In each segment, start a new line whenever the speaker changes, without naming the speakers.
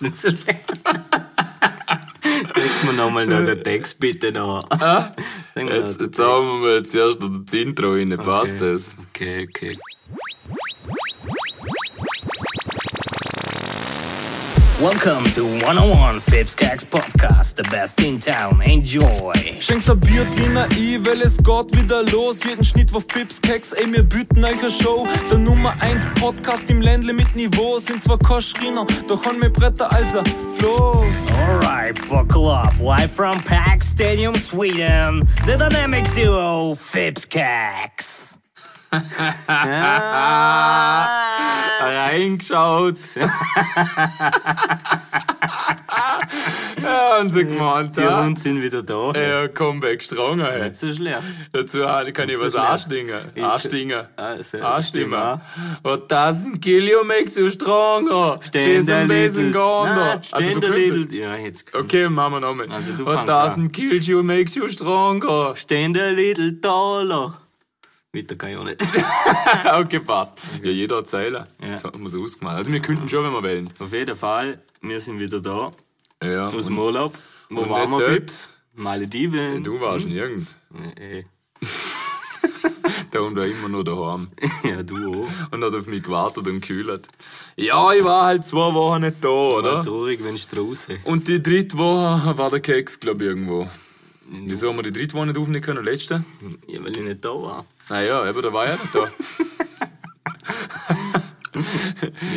nicht so schlecht. Denk mir nochmal noch den Text bitte noch an. Denk mir noch
Jetzt,
den
jetzt haben wir jetzt erst noch das Intro rein, passt
Genau, Okay.
das?
Okay, okay.
Welcome to 101 Fips Cacks Podcast, the best in town. Enjoy!
Schenkt der Biertwiener ein, weil es geht wieder los. Jeden Schnitt, wo Fips, Keks, ey, wir bieten euch eine Show. Der Nummer 1 Podcast im Ländle mit Niveau. Sind zwar Koschriner, doch haben wir Bretter also als ein Floß.
Alright, buckle up. Live from Pack Stadium, Sweden, the dynamic duo Fips Cacks.
Ah,
Reingeschaut. ja, und sie gemeint,
Äh, Die
ja.
Hunde sind wieder da.
Ja, Comeback stronger, ey.
Nicht so schlecht.
Dazu kann ich was
schlecht.
anstingen.
Ich-
Anstingen.
Ah, sehr
Anstimmen. Und das ein Kilo makes you stronger.
Ständer,
Besen
Lidl.
gander.
Nein,
Also, du
Ständer,
könntest-
Lidl. Ja, jetzt.
Okay, machen wir nochmal.
Also, du
Und
fangst
das
an.
ein kills you makes you stronger.
Ständer, Lidl, Dollar. Weiter kann ich auch nicht.
okay, passt. Ja, jeder hat Zeilen.
Ja.
Das hat man so ausgemacht. Also, wir könnten schon, wenn wir wollen.
Auf jeden Fall, wir sind wieder da.
Ja.
Aus
und
dem Urlaub. Wo
und
waren
nicht
wir,
dort.
Fips? Malediven.
Du warst nirgends.
Äh,
Der Hund war immer nur daheim.
Ja, du auch.
Und hat auf mich gewartet und gekühlt. Ja, ich war halt zwei Wochen nicht da,
War
oder?
traurig, wenn ich draußen.
Und die dritte Woche war der Keks, glaub ich, irgendwo. Wieso haben wir die dritte Woche nicht aufnehmen können? Letzte?
Ja, weil ich nicht da war.
Naja, eben, da war ja nicht da.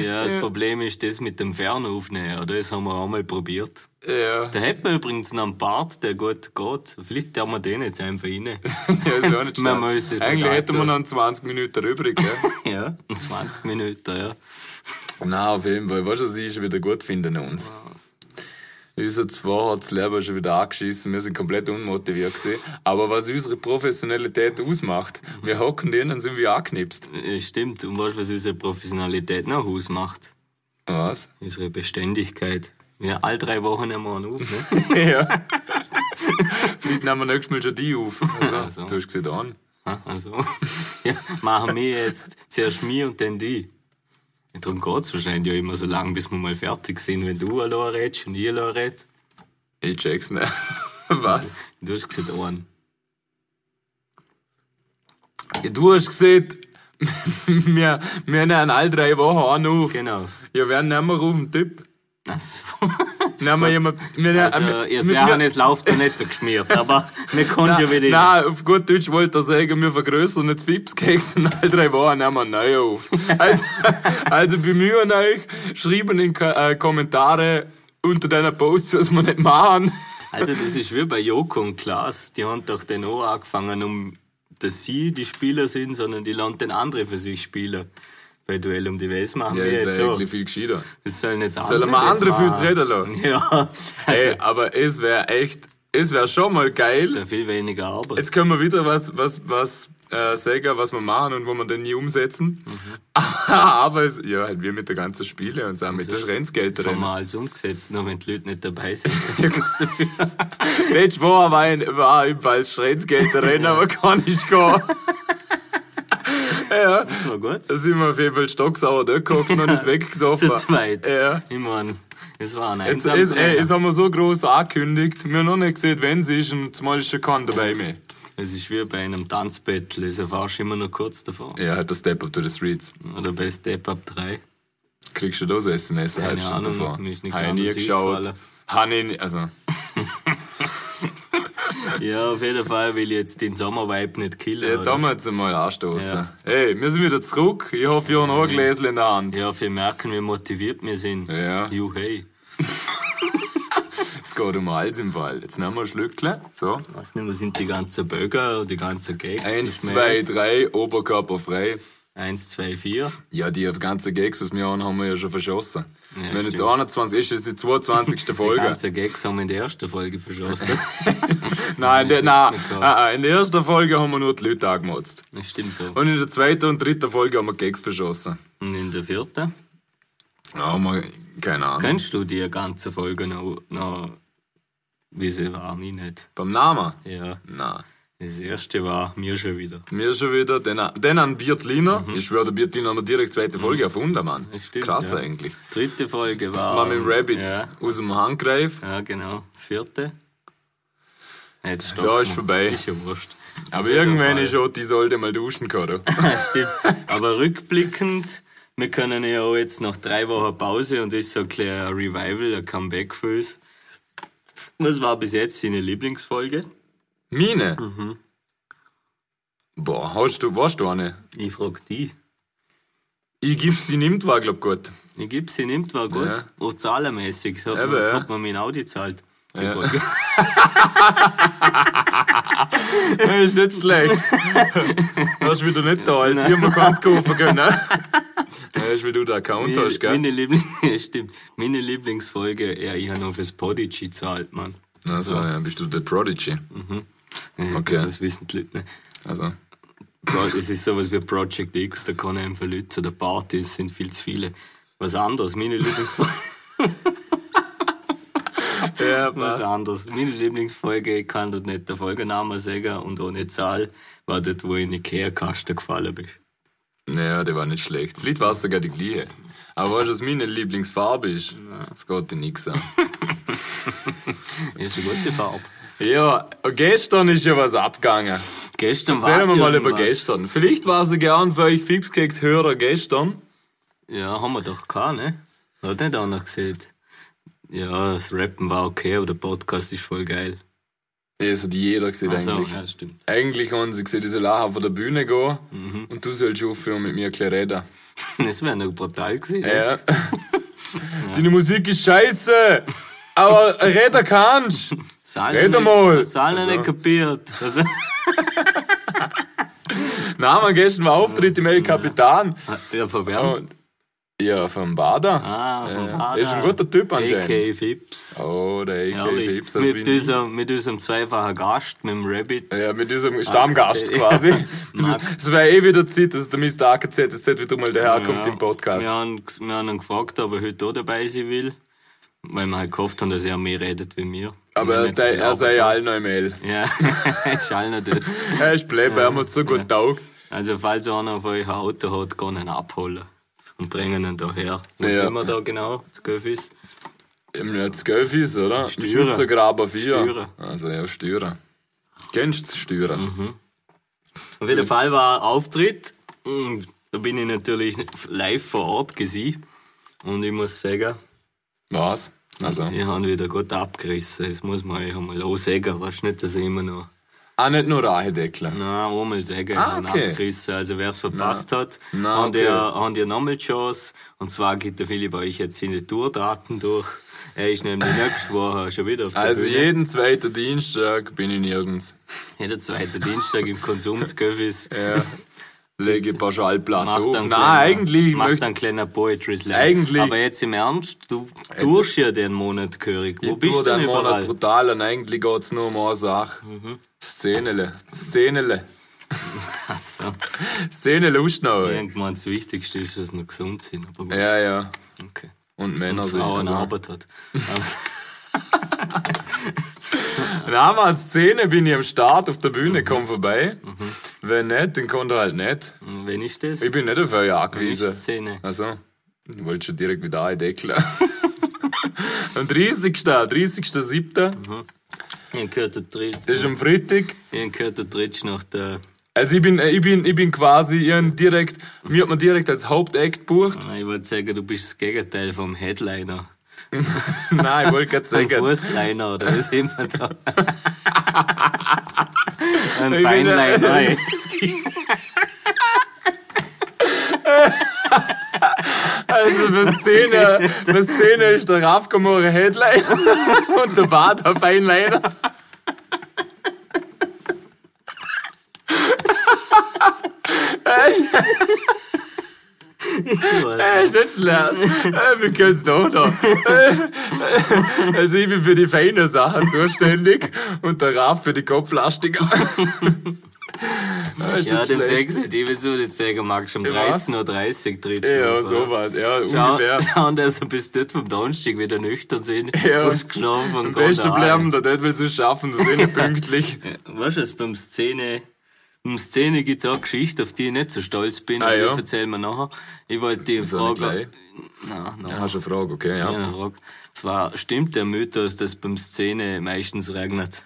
Ja, das Problem ist das mit dem Fernaufnehmen, oder? Das haben wir einmal probiert.
ja,
Da hätten wir übrigens noch einen Bart, der gut geht. Vielleicht haben wir den jetzt einfach rein.
ja, ist ja auch nicht
Man
schlecht.
muss das nicht
Eigentlich hätten wir
antun.
noch 20 Minuten übrig, gell?
ja, in 20 Minuten, ja.
Na, auf jeden Fall. Weißt du, sie ist wieder gut finden an uns. Unser zwei hat das Leben schon wieder angeschissen. Wir sind komplett unmotiviert gewesen. Aber was unsere Professionalität ausmacht,
Mhm.
wir hocken denen und sind wie angeknipst.
Äh, Stimmt. Und weißt du, was unsere Professionalität noch ausmacht?
Was?
Unsere Beständigkeit. Wir all drei Wochen einmal einen auf, ne?
ja. Vielleicht nehmen wir nächstes Mal schon die auf. Also,
Ach so.
Du hast gesehen, an.
Ha, Also, ja, machen wir jetzt zuerst mir und dann die. Darum geht's wahrscheinlich ja immer so lang, bis wir mal fertig sind, wenn du allein redest und ich allein red.
Ich check's nicht. was?
Du hast gesagt, einen.
Du hast gesehen, wir, wir nehmen alle drei Wochen an auf.
Genau.
Ja, wer nehmen wir auf den Tipp?
Ach so.
Nehmen wir jemanden. wir- ne-
Also,
Äh, wir-
ihr
wir-
Serhan, es läuft ja nicht so geschmiert, aber wir konnten ja wieder.
Nein, auf gut Deutsch wollte er sagen, wir vergrößern jetzt Fipskeks in all drei Wochen nehmen wir neu auf. Also, also bemühen euch, schreiben in Ko- äh, Kommentare unter deinen Posts, was wir nicht machen.
Alter, Also, das ist wie bei Joko und Klaas. Die haben doch den auch angefangen, um, dass sie die Spieler sind, sondern die lernen den anderen für sich spielen. Bei Duell um die Welt machen wir jetzt so.
viel gescheiter.
Das sollen jetzt andere.
Sollen wir
das
andere fürs
machen.
Reden lassen?
Ja, also,
Ey, aber es wäre echt, es wäre schon mal geil.
viel weniger Arbeit.
Jetzt können wir wieder was, was, was äh, sagen, was wir machen und wo wir dann nie umsetzen.
Mhm.
Aber es, ja, halt wir mit der ganzen Spiele und so, mit der Schrenzgeld
das haben
drin.
wir alles umgesetzt, nur wenn die Leute nicht dabei sind.
Letztes Mal war ein, war im Wald Schrenzgeld rennen, aber kann nicht gehen.
Das war gut.
Da sind wir auf jeden Fall stocksauer durchgekommen und ist weggesoffen.
Zu zweit.
Ja.
Ich meine, es war ein
Jetzt,
einsames
jetzt, ey,
Rennen.
jetzt haben wir so groß angekündigt, wir haben noch nicht gesehen, wenn es ist, und zumal ist schon kein dabei mehr.
Es ist wie bei einem Tanzbattle, das erfahrst du immer nur kurz davor.
Ja, halt der Step Up to the Streets.
Oder bei Step Up 3.
Kriegst du da so SMS, eine halbe Stunde
Ahnung,
davor.
mir ist nichts
Hab ich nie
anderes
geschaut.
eingefallen.
Hab ich nie- also,
Ja, auf jeden Fall will ich jetzt den Sommervibe nicht killen.
ja,
oder?
da müssen wir mal anstoßen.
Ja.
Ey, wir sind wieder zurück. Ich hoffe, ihr habt noch ein Gläschen in der Hand.
ja, wir merken, wie motiviert wir sind.
Ja.
You hey.
Es geht um alles im Wald. Jetzt nehmen wir ein Schlückchen. So.
Ich weiß nicht, was sind die ganzen Burger, die ganzen Gags?
Eins,
das
zwei,
Mess?
drei, Oberkörper frei.
Eins, zwei, vier.
Ja, die ganzen Gags aus mir an haben wir ja schon verschossen. Wenn jetzt
stimmt.
21 ist, ist die 22.
Die
Folge.
ganzen Gags haben wir in der ersten Folge verschossen.
Nein, in der, nein,
nicht klar.
nein, in der ersten Folge haben wir nur die Leute angemotzt.
das stimmt doch.
Und in der zweiten und dritten Folge haben wir Gags verschossen.
Und in der vierten?
Ja, haben wir, keine Ahnung.
Kennst du die ganze Folge noch, noch wie sie waren? Ich nicht.
Beim Namen?
Ja.
Nein.
Das erste war mir schon wieder.
Mir schon wieder, den, an- den an Biertliner. Ich schwöre, der Biertliner haben wir direkt zweite Folge erfunden, Mann.
Mhm. Das stimmt,
Krass
ja.
eigentlich.
Dritte Folge war.
Mal mit dem Rabbit
Ja,
aus dem Handgreif.
ja genau. Vierte. Jetzt stoppen
Da ist
wir.
vorbei.
Ist ja wurscht.
Aber
Auf jeden
irgendwann
Fall.
ist auch die sollte mal duschen können.
Stimmt. Aber rückblickend, wir können ja auch jetzt nach drei Wochen Pause und das ist so ein kleiner Revival, ein Comeback für uns. Was war bis jetzt seine Lieblingsfolge?
Mine. Boah, hast du, warst du eine?
Ich frag die.
Ich gib's, sie nimmt war, glaub Gott.
Ich gebe sie nimmt, war gut.
Ja.
Auch zahlenmäßig. Hat,
Eben,
man,
ja.
hat man mir in Audi gezahlt. Die
Ja.
Folge.
ist nicht schlecht. Hast du wieder nicht da, Alter. Ich hab mir keins kaufen können. ne? Ja, ist, wie du den Account
Meine,
hast, gell?
meine, Liebling Stimmt. meine Lieblingsfolge, ja, ich habe noch fürs Podigy gezahlt, Mann.
Also, ja, bist du der Prodigy.
Ja,
Okay.
Das wissen die Leute ne? nicht.
Also,
Pro- Es ist sowas wie Project X, da kann einem für Leute zu der Party, es sind viel zu viele. Was anderes, meine Lieblingsfolge.
ja,
was
passt.
anderes. Meine Lieblingsfolge, ich kann dort nicht der Folgename sagen und ohne Zahl, war dort, wo ich in die Ikea-Kasten gefallen bin.
Naja, der war nicht schlecht. Vielleicht war es sogar die gleiche. Aber weißt du, was meine Lieblingsfarbe ist? Das geht dir nichts an.
Ist eine gute Farbe.
Ja, gestern ist ja was abgegangen.
Gestern war
Erzählen wir mal über
irgendwas.
gestern. Vielleicht war sie gern für euch Fipskeks-Hörer gestern.
Ja, haben wir doch keine. ne? Hat nicht auch noch gesehen. Ja, das Rappen war okay, aber der Podcast ist voll geil.
Also, die jeder sieht
Also,
eigentlich.
ja, stimmt.
Eigentlich haben sie gesehen, ich soll auch von der Bühne gehen
Mhm.
und du sollst aufhören und mit mir ein bisschen reden.
Das wäre noch brutal gewesen. ne?
Ja. Deine Musik ist scheiße, aber reden kannst.
Das hat
Red
er nicht-
einmal.
Das hat er
Also.
nicht kapiert. Also,
Na, mein gestern war Auftritt im El Capitan.
der verwärmt.
Und, ja, vom Bader.
Ah, vom
Ja.
Bader.
Ist ein guter Typ anscheinend.
A.K. Fips.
Oh, der AK
Ehrlich.
Fips. Also
Mit
bin ich.
unserem, mit unserem zweifachen Gast, mit dem Rabbit.
Ja, mit diesem Stammgast
AKZ.
quasi.
Mag.
Es wäre eh wieder Zeit, dass der Mr. AKZZ wieder mal daherkommt
Ja.
im Podcast.
Wir haben, wir haben ihn gefragt, ob er heute auch dabei sein will. Weil wir halt gehofft haben, dass er mehr redet wie mir. Wir haben
Aber
jetzt
der, er
gearbeitet.
sei ja allen noch im L.
Ja, schall nicht jetzt.
Er ist bleiben, er hat so gut taugt.
Also, falls einer von euch ein Auto hat, kann ihn abholen. Und bringen ihn da her. Wo
Ja.
sind wir da genau? Das Göffis?
Im Netz Gelfis, oder? Im
Stürer.
Schützengraben 4.
Stürer.
Also ja, Stürer. Kennst du Stürer?
Mhm. Auf jeden Fall war ein Auftritt. Und da bin ich natürlich live vor Ort gewesen. Und ich muss sagen,
Was? Also.
ich habe wieder gut abgerissen. Das muss man euch einmal auch sagen. Weißt du nicht, dass ich immer noch.
Auch nicht nur Rahedeckler.
Nein, einmal sagen, ich
Ah,
habe
okay.
abgerissen. Also wer es verpasst hat,
Na,
haben, die,
okay.
haben die nochmal die Chance. Und zwar gibt der Philipp euch jetzt seine Tourdaten durch. Er ist nämlich nächstes Woche schon wieder auf der
Also
Bühne.
jeden zweiten Dienstag bin ich nirgends.
Jeder zweite Dienstag im Konsumsköffis.
Ja. Lege Pauschalplatte
Macht
auf.
einen
Nein,
kleinen-
eigentlich
macht
möchte
einen kleinen Poetry Slam.
Eigentlich-
Aber jetzt im Ernst, du tust ja den Monat Körig. Wo
ich
bist du denn
den Monat
überall? Mhm.
brutal und eigentlich geht's nur um eine Sache. Szenele. Szenele. Szene Lust noch. ey.
Irgendwann das Wichtigste ist, dass wir gesund sind. Aber gut,
Ja, ja.
okay.
Und Männer sind.
Frauen
also-
Arbeit hat.
Na, mal Szene bin ich am Start auf der Bühne, komm vorbei. Wenn nicht, dann kommt er halt nicht.
Und Wen Hm, ist das?
Ich bin nicht auf euch
Welche
angewiesen.
Szene?
Also, ich wollte schon direkt wieder eindeckeln. am 30. 30.07.
Ich gehört der Tritt.
Das ist am Freitag.
Ich gehört der Tritt nach der.
Also ich bin, ich bin, ich bin quasi ich hab direkt, mir hat man direkt als Hauptact bucht.
Ich wollte sagen, du bist das Gegenteil vom Headliner.
Nein, ich wollte gerade
Ein
sagen.
Fußliner oder was immer da. Ein
bin ein-
Feinliner. ey.
Also bei Szene, bei Szene ist der Raf Gamora Headliner und der Bart auf Einliner.
Ja,
Das ist nicht schlecht. Äh, Wir können es doch noch. Äh, äh, Also ich bin für die feinen Sachen zuständig und der Raf für die Kopflastiger. Ah, ist
Ja,
nicht
den
schlecht.
sechsten Episode-Zeiger mag schon um
was?
13.30 Uhr drin.
Ja, sowas, ja,
Ja,
ungefähr.
und also bis dort vom Donnerstag wieder nüchtern sind,
Ja.
ausgeschlafen und
Am besten
gerade
bleiben da dort, weil sie es schaffen, das ist nicht pünktlich.
Weißt du, es beim Szene, beim Szene gibt es auch Geschichte, auf die ich nicht so stolz bin,
Ah,
aber
ja.
ich erzähl mir nachher. Ich wollte die
So nicht
Frage.
gleich.
Nein, nein.
Ja, hast du eine Frage, okay, ja.
Eine Frage. Zwar stimmt der Mythos, dass beim Szene meistens regnet.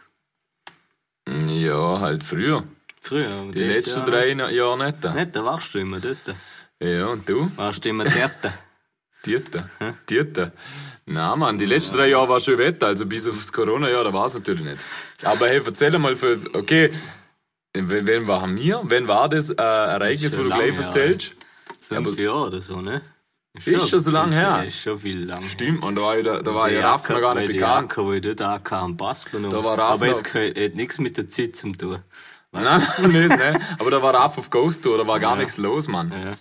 Ja, halt früher.
Früher.
Die letzten drei Na- Jahre nicht. da.
Nicht, da warst du immer dort.
Ja, und du?
Warst du immer dort.
Dieter. Dieter. Na Mann, die letzten drei Jahre war schon Wetter, also bis aufs Corona-Jahr, da war es natürlich nicht. Aber hey, erzähl mal, für, okay, w- wann waren wir? Wann war das äh, Ereignis,
ist
wo
schon
du gleich
lange,
erzählst?
Fünf Jahre oder so, ne?
Ist schon so lange her.
Ja, Ist schon viel lang.
Stimmt, und da war, ich, da, da war ja Raff noch gar nicht bekannt.
Jacke, wo ich dort auch keinen Pass genommen
Da war Raff
Aber es
noch-
gehört- hat nichts mit der Zeit zu tun.
Nein, nicht, ne? Aber da war Raff auf Ghost Tour, da war gar nichts los, Mann. Ja,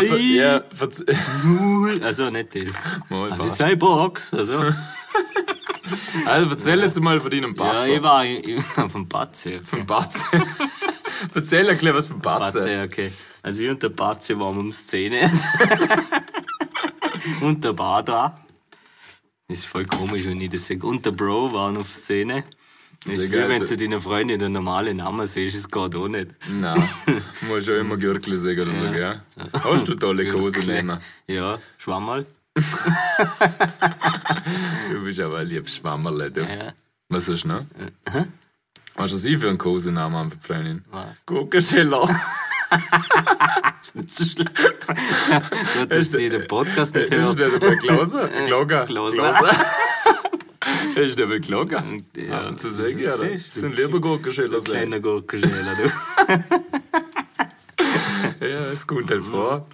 ver- ja, verz-
Null. Also nicht das.
Mal
Also
fast.
sei Box. Also,
also erzähl jetzt mal von
ja,
deinem Patzer.
ich war in- in- vom Batze.
Vom Patzer. erzähl ein bisschen was vom Patzer.
Batze, okay. Also ich und der Batze waren um Szene. und der war da. Ist voll komisch, wenn ich das sage. Und der Bro waren auf Szene. Ich
Sehr
will,
geil.
wenn du deiner Freundin den normalen Namen siehst, es geht auch nicht.
Nein, muss schon immer Gürtel sagen oder so, gell? Hast du tolle Hose nehmen?
Ja, Schwammerl.
Du bist aber ein liebes Schwammerle, du.
Ja.
Was hast du noch? Hast du sie für einen Kosenamen an, Freundin?
Was?
Guckerschiller.
Gut, dass sie den Podcast nicht
Hast
hört.
du das aber Klauser? Kloger.
Klauser.
Hast du aber Kloger?
Ja.
Ja, zu sagen, ja.
Sehr
Das sind lieber also. Guckerschiller sein.
Kleiner Gurkenschäler, du.
Ja, es kommt halt vor.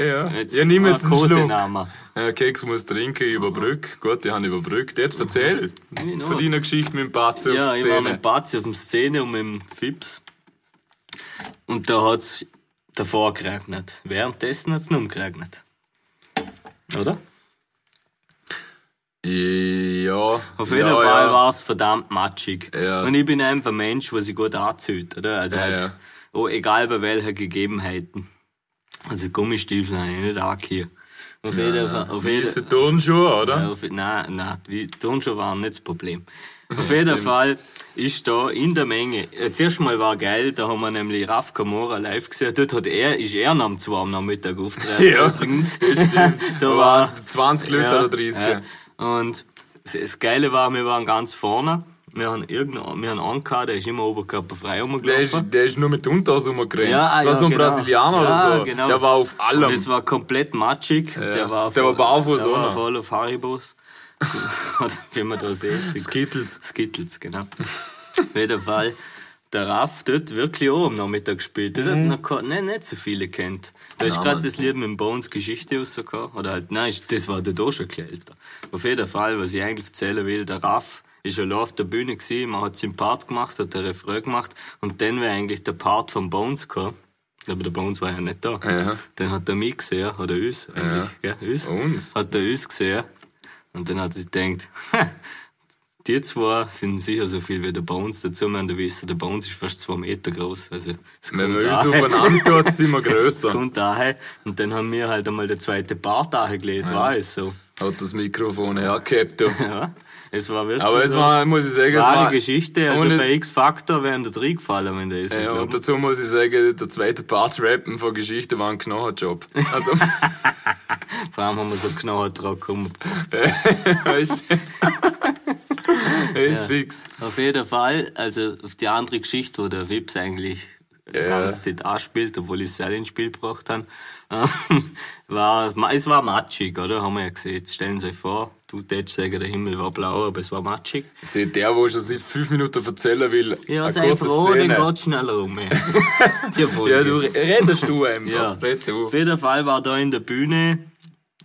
Ja,
Mhm. Jetzt
ja nimm jetzt einen Schluck.
Narkosename.
Ja, Äh, Keks muss trinken, überbrück. Gut, die haben überbrückt. Jetzt
Mhm.
erzähl
noch.
von deiner Geschichte mit dem Patzer
Ja,
auf
ich war
Szene.
mit Batzi auf dem Szene und mit dem Fips. Und da hat's davor geregnet. Währenddessen hat's nur geregnet. Oder?
Ja.
Auf jeden
ja,
Fall
ja.
war's verdammt matschig.
Ja.
Und ich bin einfach ein Mensch, der sich gut anzieht, oder? Also
Ja,
halt,
ja.
Oh, egal bei welchen Gegebenheiten. Also Gummistiefel habe ich nicht angehielt. Auf jeden Fall. Auf jeden
Diese Turnschuhe, oder?
Ja, auf, nein, nein, die Turnschuhe waren nicht das Problem. Auf jeden Fall ist da in der Menge. Äh, Zuerst mal war geil, da haben wir nämlich Raf Kamora live gesehen. Dort hat er, ist er am zwar am Nachmittag auftreten.
Ja,
übrigens.
Da
da war,
waren 20 Leute oder 30.
ja. Und das- das Geile war, wir waren ganz vorne. Wir haben irgendeinen, wir haben einen gehabt, der ist immer oberkörperfrei
Der ist,
rumgelaufen.
der ist nur mit Unterhosen rumgerannt.
Ja, ah,
das war
ja,
so ein
genau. Ja,
Brasilianer oder so.
genau.
Der war auf
Und
allem.
es war komplett matschig. Der war,
Der war barfuß,
Der war
oder?
voll auf Haribos. Oder Wie man da sieht.
Skittles.
Skittles, genau. auf jeden Fall. Der Raff dort wirklich auch am Nachmittag gespielt. Der hat noch kein- nein, nicht so viele kennt. Da ist gerade
Mhm. Mann.
das Lied mit dem Bones Geschichte rausgekommen. Oder halt, nein, ist- das war der da schon gleich älter. Auf jeden Fall, was ich eigentlich erzählen will, der Raff ist allein auf der Bühne gewesen, man hat seinen Part gemacht, hat den Refrain gemacht und dann wäre eigentlich der Part von Bones gekommen. Aber der Bones war ja nicht da.
Ja.
Dann hat er mich gesehen, oder uns eigentlich, gell, uns.
Uns.
Hat er uns gesehen und dann hat sie gedacht, die zwei sind sicher so viel wie der Bones. Dazu müssen wir wissen, der Bones ist fast zwei Meter groß. Also, es kommt
Wenn man uns
daher.
aufeinander tut, sind wir grösser.
Kommt daher. Und dann haben wir halt einmal der zweite Part angelegt, war es so.
Hat das Mikrofon hergehabt. du.
Ja, es war wirklich
Aber es
so
war, muss ich sagen, es
wahre
war...
Geschichte. Also
und-
bei X-Factor wären da drin gefallen, wenn der ist.
Ja, und dazu muss ich sagen, der zweite Part Rappen von Geschichte war ein Knochenjob. Also,
Vor allem haben wir so genau drauf gekommen.
weißt du? Er ist fix.
Auf jeden Fall, also auf die andere Geschichte, wo der Wips eigentlich die
Ja.
ganze Zeit anspielt, obwohl ich es selber ins Spiel gebracht habe, ähm, war, es war matschig, oder? Haben wir ja gesehen. Jetzt stellen Sie sich vor, du tätst sagen, der Himmel war blau, aber es war matschig.
Seht der, wo schon seit fünf Minuten erzählen will,
Ja,
eine
sei
kurze
froh,
Szene.
dann geht schneller rum. ey. die Folge.
Ja, du redest du einfach.
Ja.
Red du.
Auf jeden Fall war da in der Bühne,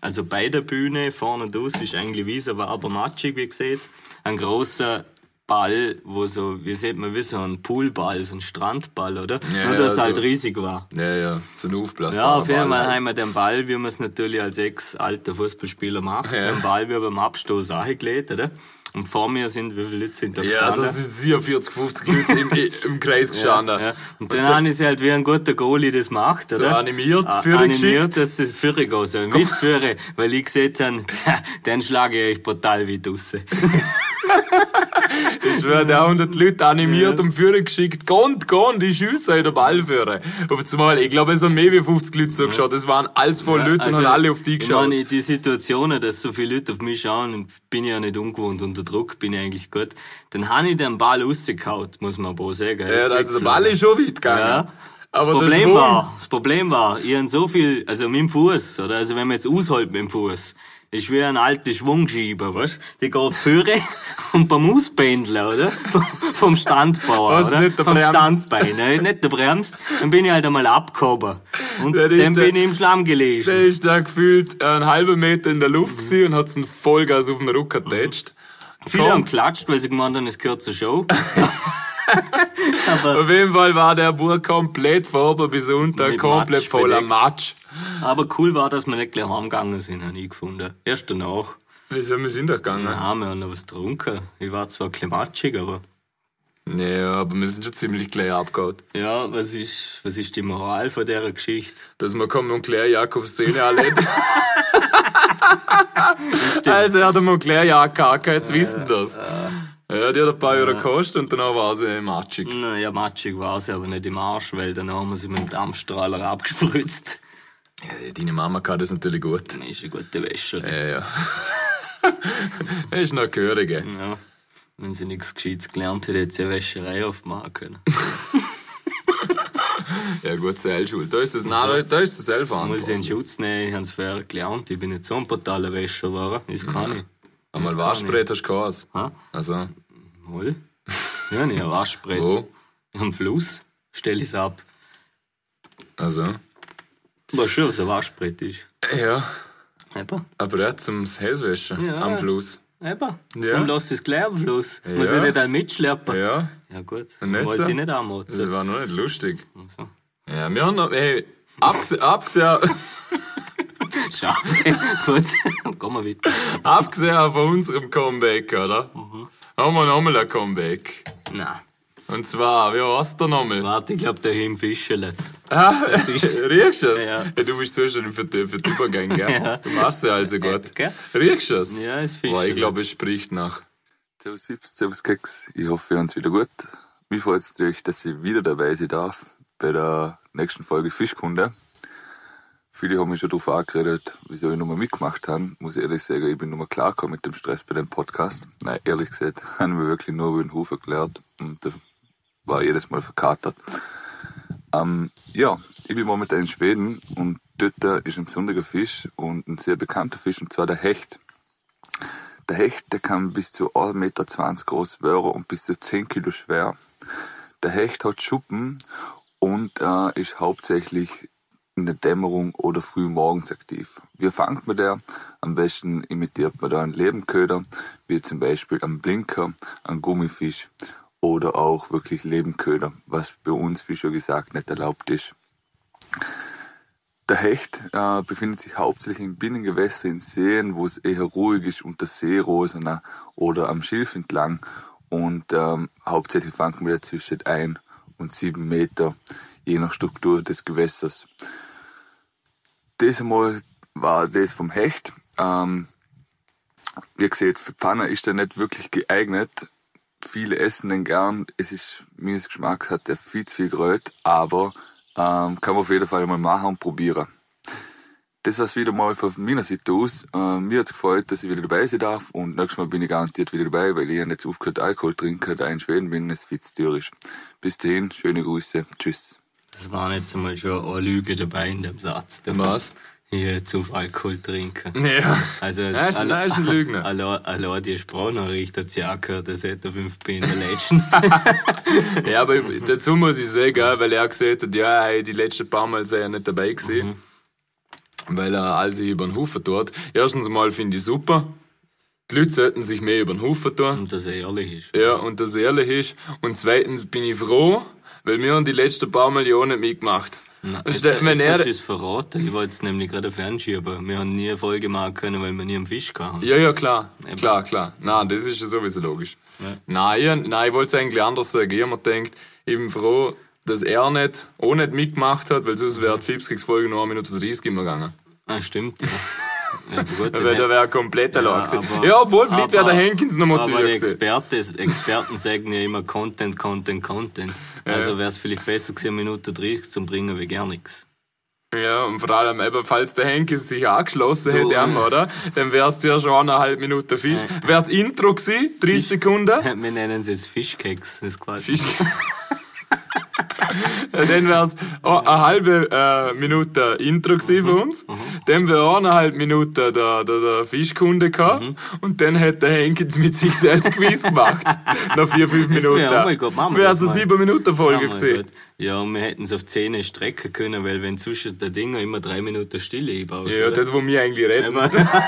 also bei der Bühne, vorne und aus, ist eigentlich Wiese, war aber matschig, wie gesagt, ein großer Ball, wo so, wie sieht man, wie so ein Poolball, so ein Strandball, oder?
Ja, also Ah,
Nur, dass
ja,
er halt
so.
riesig war.
Ja, ja, so ein Aufblas.
Ja, auf jeden Fall haben wir den Ball, wie man es natürlich als ex-alter Fußballspieler macht,
Ja.
den Ball wie beim Abstoß angelegt, oder? Und vor mir sind, wie viele Leute sind da
Ja,
gestanden?
das sind sicher 40, 50 Leute im, im Kreis gestanden.
ja. Und dann habe ich sie halt wie ein guter Goalie das macht, oder?
animiert,
Ah,
Führer
Animiert,
geschickt.
dass sie Führer gehen sollen, mit Führer, weil ich gesehen habe, den schlage ich euch brutal weit raus.
Es werden auch 100 Leute animiert und Führer geschickt. Gond, gond, ich schieße euch den Ball führen. Auf zumal, ich glaube, es haben mehr wie 50 Leute zugeschaut. Es waren alles voll Leute und
Also,
haben alle auf dich
Ich
geschaut.
meine, die Situationen, dass so viele Leute auf mich schauen, bin ich ja nicht ungewohnt unter Druck, bin ich eigentlich gut. Dann habe ich den Ball rausgehauen, muss man aber auch sagen. Er
ja,
ist
also der
weggeflogen.
Ball ist schon weit gegangen.
Ja.
Aber
das
der
Problem
Schwung-
war, das Problem war, ich habe so viel, also mit dem Fuß, oder? Also wenn man jetzt ausholt mit dem Fuß, ist wie ein alter Schwungschieber, weißt? Die geht vorne und beim Auspendler, oder? V- Vom Standbauer,
Was,
oder?
nicht der
Vom
Bremst?
Standbein, ne? Nicht der Bremst. Dann bin ich halt einmal abgehoben. Und
Der
dann
ist der-
bin ich im Schlamm gelegen.
Der ist da gefühlt einen halben Meter in der Luft gewesen und hat einen Vollgas auf den Rücken getatscht.
Viele
Komm.
haben klatscht, weil sie gemeint haben, es gehört zur Show.
Auf jeden Fall war der Bub komplett vorne bis unten,
Mit
komplett
Matsch
voller
bedeckt.
Matsch.
Aber cool war, dass wir nicht gleich heimgegangen sind, habe ich gefunden. Erst danach.
Wieso, wir sind doch gegangen.
Dann haben wir auch noch was getrunken. Ich war zwar klimatschig, aber.
Ja, aber wir sind schon ziemlich gleich abgehauen.
Ja, was ist, was ist die Moral von dieser Geschichte?
Dass wir kommen und Claire Jakobs Szene erlebt. also er hat einmal Claire Jakob jetzt wissen das. Ja, Mhm. die hat ein paar Euro gekostet und danach war sie matschig.
Naja, matschig war sie aber nicht im Arsch, weil dann haben wir sie mit dem Dampfstrahler abgespritzt.
Ja, deine Mama kann das natürlich gut.
Das ist eine gute Wäsche.
Ja, ja. Er ist noch Gehörige.
Ja. Wenn sie nichts Gescheites gelernt hätte, hätte sie eine Wäscherei aufmachen können.
Ja, gut, Seilschule. Da ist es, nein, da- da ist es
Muss ich
Seilverantwortung.
in Schutz nehmen, ich habe es fair gelernt. Ich bin nicht so ein brutaler Wäscher geworden. Das kann ich.
Einmal Waschbrett hast du keins.
Ha?
Also,
Wohl? Ja, nicht ein Waschbrett.
wo?
Am Fluss stell ich es ab.
Also,
War schon, was ein Waschbrett ist.
ja.
Eben.
Ein Brett zum Häswäschen
Ja.
am Fluss.
Eben.
Ja.
Und lass es gleich am Fluss. Muss
Ja.
ich nicht all mitschleppen.
Ja,
Ja gut,
nicht
wollte
so?
ich nicht anmotzen.
das war noch nicht lustig.
So.
Ja, wir haben noch, hey, abse- abgesehen,
Schade. gut, gehen wir weiter.
abgesehen von unserem Comeback, oder? Haben wir nochmal ein Comeback.
Nein.
Und zwar, wie heißt der nochmal?
Warte, ich glaube, der Him fischelt.
Ah, riechst du es?
Ja.
Ja. Du bist zuständig für die, für die Übergänge, gell? Du machst sie also gut.
Gell?
Riechst du es?
Ja, es fischt
Boah, ich
schon
glaube, es spricht nach.
Servus Fips, Servus Keks, ich hoffe, ihr uns wieder gut. Mir freut es natürlich, dass ich wieder dabei sein darf bei der nächsten Folge Fischkunde. Viele haben mich schon darauf angeredet, wieso ich nochmal mitgemacht habe. Muss ich ehrlich sagen, ich bin nochmal klargekommen mit dem Stress bei dem Podcast. Nein, ehrlich gesagt, haben wir wirklich nur über den Hof erklärt und da war ich jedes Mal verkatert. Ähm, ja, ich bin momentan in Schweden und dort ist ein besonderer Fisch und ein sehr bekannter Fisch und zwar der Hecht. Der Hecht, der kann bis zu 1,20 Meter groß werden und bis zu 10 Kilo schwer. Der Hecht hat Schuppen und äh, ist hauptsächlich in der Dämmerung oder früh morgens aktiv. Wie fangt man der? Am besten imitiert man da einen Lebenköder, wie zum Beispiel einen Blinker, einen Gummifisch oder auch wirklich Lebenköder, was bei uns, wie schon gesagt, nicht erlaubt ist. Der Hecht äh, befindet sich hauptsächlich in Binnengewässern, in Seen, wo es eher ruhig ist, unter Seerosen äh, oder am Schilf entlang. Und ähm, hauptsächlich fangen wir zwischen ein und sieben Meter, je nach Struktur des Gewässers. Das einmal war das vom Hecht. Ähm, wie gesagt, für Pfanne ist er nicht wirklich geeignet. Viele essen den gern. Es ist, meines Geschmacks hat er viel zu viel geröt, aber ähm, kann man auf jeden Fall mal machen und probieren. Das war's wieder mal von meiner Seite aus. Ähm, mir hat's gefreut, dass ich wieder dabei sein darf und nächstes Mal bin ich garantiert wieder dabei, weil ich ja nicht aufgehört Alkohol trinke, da ich in Schweden bin, es viel zu teuer ist. Bis dahin, schöne Grüße, tschüss.
Das waren jetzt einmal schon eine Lüge dabei in dem Satz. Der
Was?
Hier zu viel Alkohol trinken.
Ja.
Also,
Er ist, er ist ein Lügner.
Allein allein die Sprachnachricht hat sie auch gehört, das hätte er 5 B in der letzten.
Ja, aber dazu muss ich sagen, gell, weil er auch gesagt hat, ja, hey, die letzten paar Mal sei er nicht dabei gewesen.
Mhm.
Weil er all sich über den Hufen tut. Erstens mal finde ich super. die Leute sollten sich mehr über den Haufen tun.
Und dass er ehrlich ist.
Ja, und das ehrlich ist. Und zweitens bin ich froh, weil wir haben die letzten paar Millionen mitgemacht.
Jetzt,
Ste- wenn
jetzt
er,
hast du uns verraten. Ich wollte es nämlich gerade fernschieben. Wir haben nie eine Folge machen können, weil wir nie einen Fisch hatten.
ja, ja, klar. Klar, klar. Nein, das ist ja sowieso logisch. Nein, ich, nein, ich wollte es eigentlich anders sagen. Ich hab mir gedacht, ich bin froh, dass er nicht, auch nicht mitgemacht hat, weil sonst wäre die Fipskicks-Folge noch eine Minute 30 immer gegangen.
Ah, stimmt. Ja. ja, aber gut,
Weil da
der-
wäre komplett allein gewesen.
aber-
Ja, obwohl, vielleicht wäre der
aber-
Henkins noch
Aber die
motiviert gewesen.
Experte, Experten sagen ja immer Content, Content, Content. Also wäre es vielleicht besser gewesen, Minute 30 zu bringen, wie gar nichts.
Ja, und vor allem, eben, falls der Henkis sich angeschlossen hätte,
Du.
am, oder? Dann wär's ja schon eineinhalb Minuten Fisch. Wär's Intro gewesen, 30 Sekunden.
Wir nennen es jetzt Fischkeks. Das ist quasi.
Fisch. dann wär's oh, eine halbe äh, Minute Intro gewesen
Mhm.
für uns. Dann wäre eineinhalb Minuten der, der, der Fischkunde gehabt.
Mhm.
Und dann hätte der Henkins mit sich selbst Quiz gemacht. Nach vier, fünf
Das wär-
Minuten.
oh mein Gott, machen wir
Wär's
das
eine
mal.
sieben Minuten Folge
Ja, mein
gewesen.
Gott. Ja, und wir hätten es auf 10 strecken können, weil wenn zwischen den Dinger immer drei Minuten Stille einbaust.
Ja,
oder?
das, wo wir eigentlich reden.
Aber-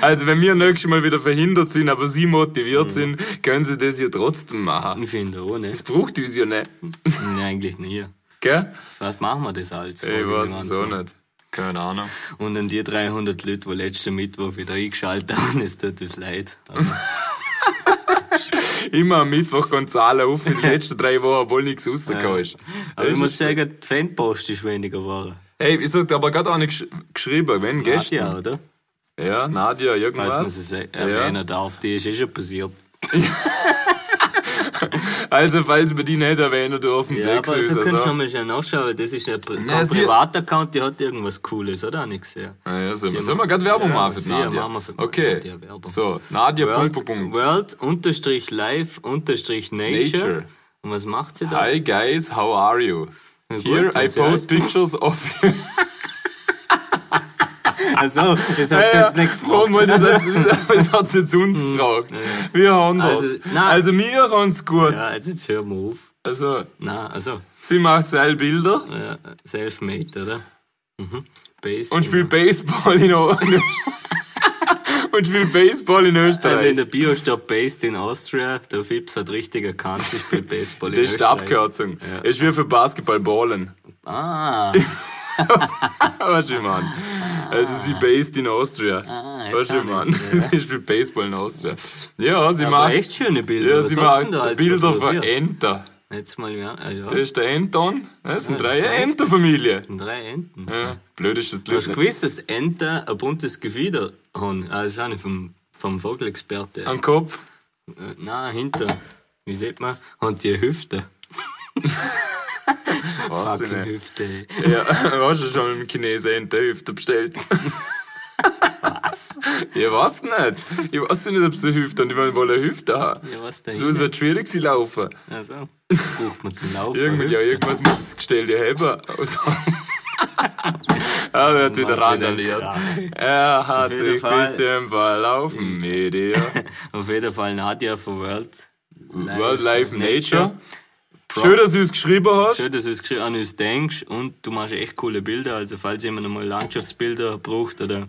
Also, wenn wir nächstes Mal wieder verhindert sind, aber sie
Mhm.
motiviert sind, können sie das ja trotzdem machen.
Ich finde auch, ne?
Das braucht uns ja nicht.
Nee, eigentlich nie.
Gell?
Was machen wir das als?
Ich
Folge
weiß es auch
gemeinsam?
nicht. Keine Ahnung.
Und an die 300 Leute, die letzten Mittwoch wieder eingeschaltet haben, es tut uns leid. Also Aber
Immer am Mittwoch gehen Zahlen auf in den letzten drei Wochen, obwohl nichts rausgekommen ist.
aber Also, ich
Das
muss
ist-
sagen, die Fanpost ist weniger geworden.
Hey, ich sollte aber gerade auch nicht gesch- geschrieben, wenn gestern.
Ja, oder?
Ja, Nadja,
Falls man sie
irgendwas.
se- äh, erwähnen darf, die ist eh schon passiert.
Also, falls wir die nicht erwähnen dürfen, also.
Ja,
sechs
aber du
ist
kannst
es.
schon mal schnell nachschauen, das ist ein Pri
Na, sie-
Privataccount, die hat irgendwas Cooles, oder? Auch nicht gesehen.
Ja, sollen wir,
Die
sollen wir gerade Werbung
Ja,
machen für die
sicher,
Nadja?
machen wir für die
Okay.
Nadja Werbung.
So, Nadja, Punkt, Punkt, Punkt.
World unterstrich live unterstrich
Nature.
nature. Und was macht sie da?
Hi guys, how are you? Here
gut,
I
dann
post pictures of
Also, das hat sie jetzt nicht gefragt. Hm.
Warum wollte das, das hat sie jetzt uns gefragt. Wir haben das. Also,
Also, nein.
wir haben es gut.
Ja, jetzt, jetzt hören wir auf.
Also,
Nein, also,
sie macht seine Bilder
äh, Selfmade, oder? Mhm. Based
und
in-
spielt Baseball in Österreich. und spielt Baseball in Österreich.
Also in der Bio steht Based in Austria. Der Fips hat richtig erkannt, ich spiele Baseball in
das ist die
Österreich.
Abkürzung. Es ist wie für Basketball ballen.
Ah,
Weißt du, Mann? Also sie based in Austria.
Ah, jetzt
weißt du,
hab
Mann?
ich's, ja.
Sie spielt Baseball in Austria. Ja, sie
aber
macht.
echt schöne Bilder.
Ja,
Was
sie
hast du
macht
denn da als
Bilder von
fotografiert?
Enter.
Jetzt mal, ja, ah, ja.
Das ist der Enton. Das sind
Ja,
drei
das ist echt.
Enterfamilien.
Drei Enten.
Ja, blöd ist das
Du hast
Glück. nicht.
gewusst, dass Enten ein buntes Gefieder haben. Ah, das ist auch nicht vom, vom Vogelexperte.
Am Kopf.
Äh, Nein, hinter. Wie sieht man? Und die Hüfte.
Was
Fucking Hüfte. ey.
Ja, hast du schon mit dem Chinesen Enterhüfte bestellt? Was? Ich weiß nicht. Ich weiß nicht, ob sie eine Hüfte haben. Die wollen wohl eine Hüfte haben.
Ja, was denn?
Sonst wird es schwierig sie laufen.
Also, braucht man zum Laufen.
Irgend, ja,
Hüfte.
irgendwas muss das Gestell ja haben. Also, er wird wieder
Macht wieder
randaliert.
Krach.
Er
Auf
hat
jeden
sich ein
Fall.
bisschen verlaufen mit dir.
Auf jeden Fall Nadja von World.
World Life Nature. Schön, dass du es geschrieben hast.
Schön, dass du es geschri- an uns denkst und du machst echt coole Bilder. Also, falls jemand mal Landschaftsbilder braucht oder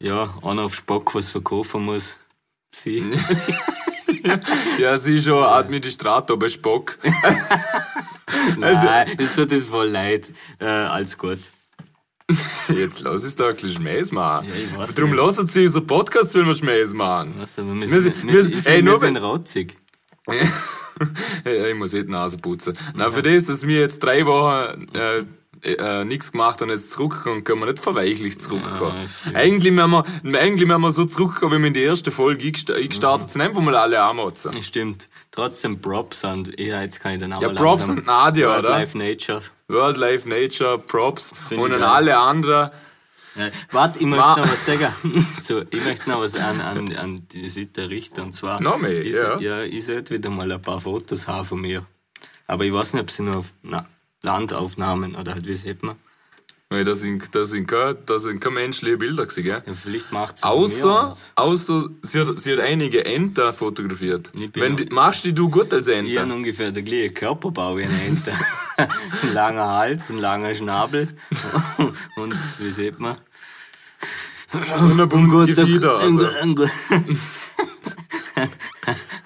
ja, einer auf Spock was verkaufen muss, sie.
Ja, sie ist schon Administrator bei Spock. Also,
Nein, es tut uns voll leid. Äh, alles gut.
Jetzt lass es da ein bisschen Schmähs machen.
Ja, ich weiß
Darum
nicht.
lassen sie unseren Podcast, wenn wir Schmähs machen.
Weißt du, Also, wir müssen, wir
Wir sind-
sind,
wir
wir,
sind-
ich
ey,
find,
nur
wir
wenn-
sind rotzig.
Ja, ich muss eh die Nase putzen. Na, für das, dass wir jetzt drei Wochen äh, äh, nichts gemacht und jetzt zurückkommen, können wir nicht verweichlich zurückkommen.
Ah, stimmt.
eigentlich, müssen wir, eigentlich müssen wir so zurückkommen, wie wir in der ersten Folge eingest- eingestartet sind. Einfach mal alle anmotzen.
Stimmt. Trotzdem Props und ja, jetzt kann ich den Namen
Ja, Props
langsam-
und Nadia,
World
oder?
Life Nature.
World Life Nature, Props
Find
und
ich
an
geil.
alle anderen.
Äh, Warte, ich möchte
Ma-
noch was sagen. so, ich möchte noch was an, an, an die Sitte richten. Und zwar.
Noch mehr,
ich,
ja.
so- ja. Ich sollte wieder mal ein paar Fotos haben von mir. Aber ich weiß nicht, ob sie nur auf na, Landaufnahmen oder halt, wie sieht man?
Weil das sind, das sind, keine- das sind keine menschlichen Bilder gewesen, gell?
Ja, vielleicht macht sie von mir
Außer,
eins.
außer sie, hat, sie hat einige Enter fotografiert.
Ich bin
Wenn
noch-
die, machst die du gut als
Ich habe
Enter?
ungefähr den gleichen Körperbau wie eine Ente. ein langer Hals, ein langer Schnabel und, wie sieht man, Ein guter,
Gefieder,
ein,
also.
gu- ein, gu-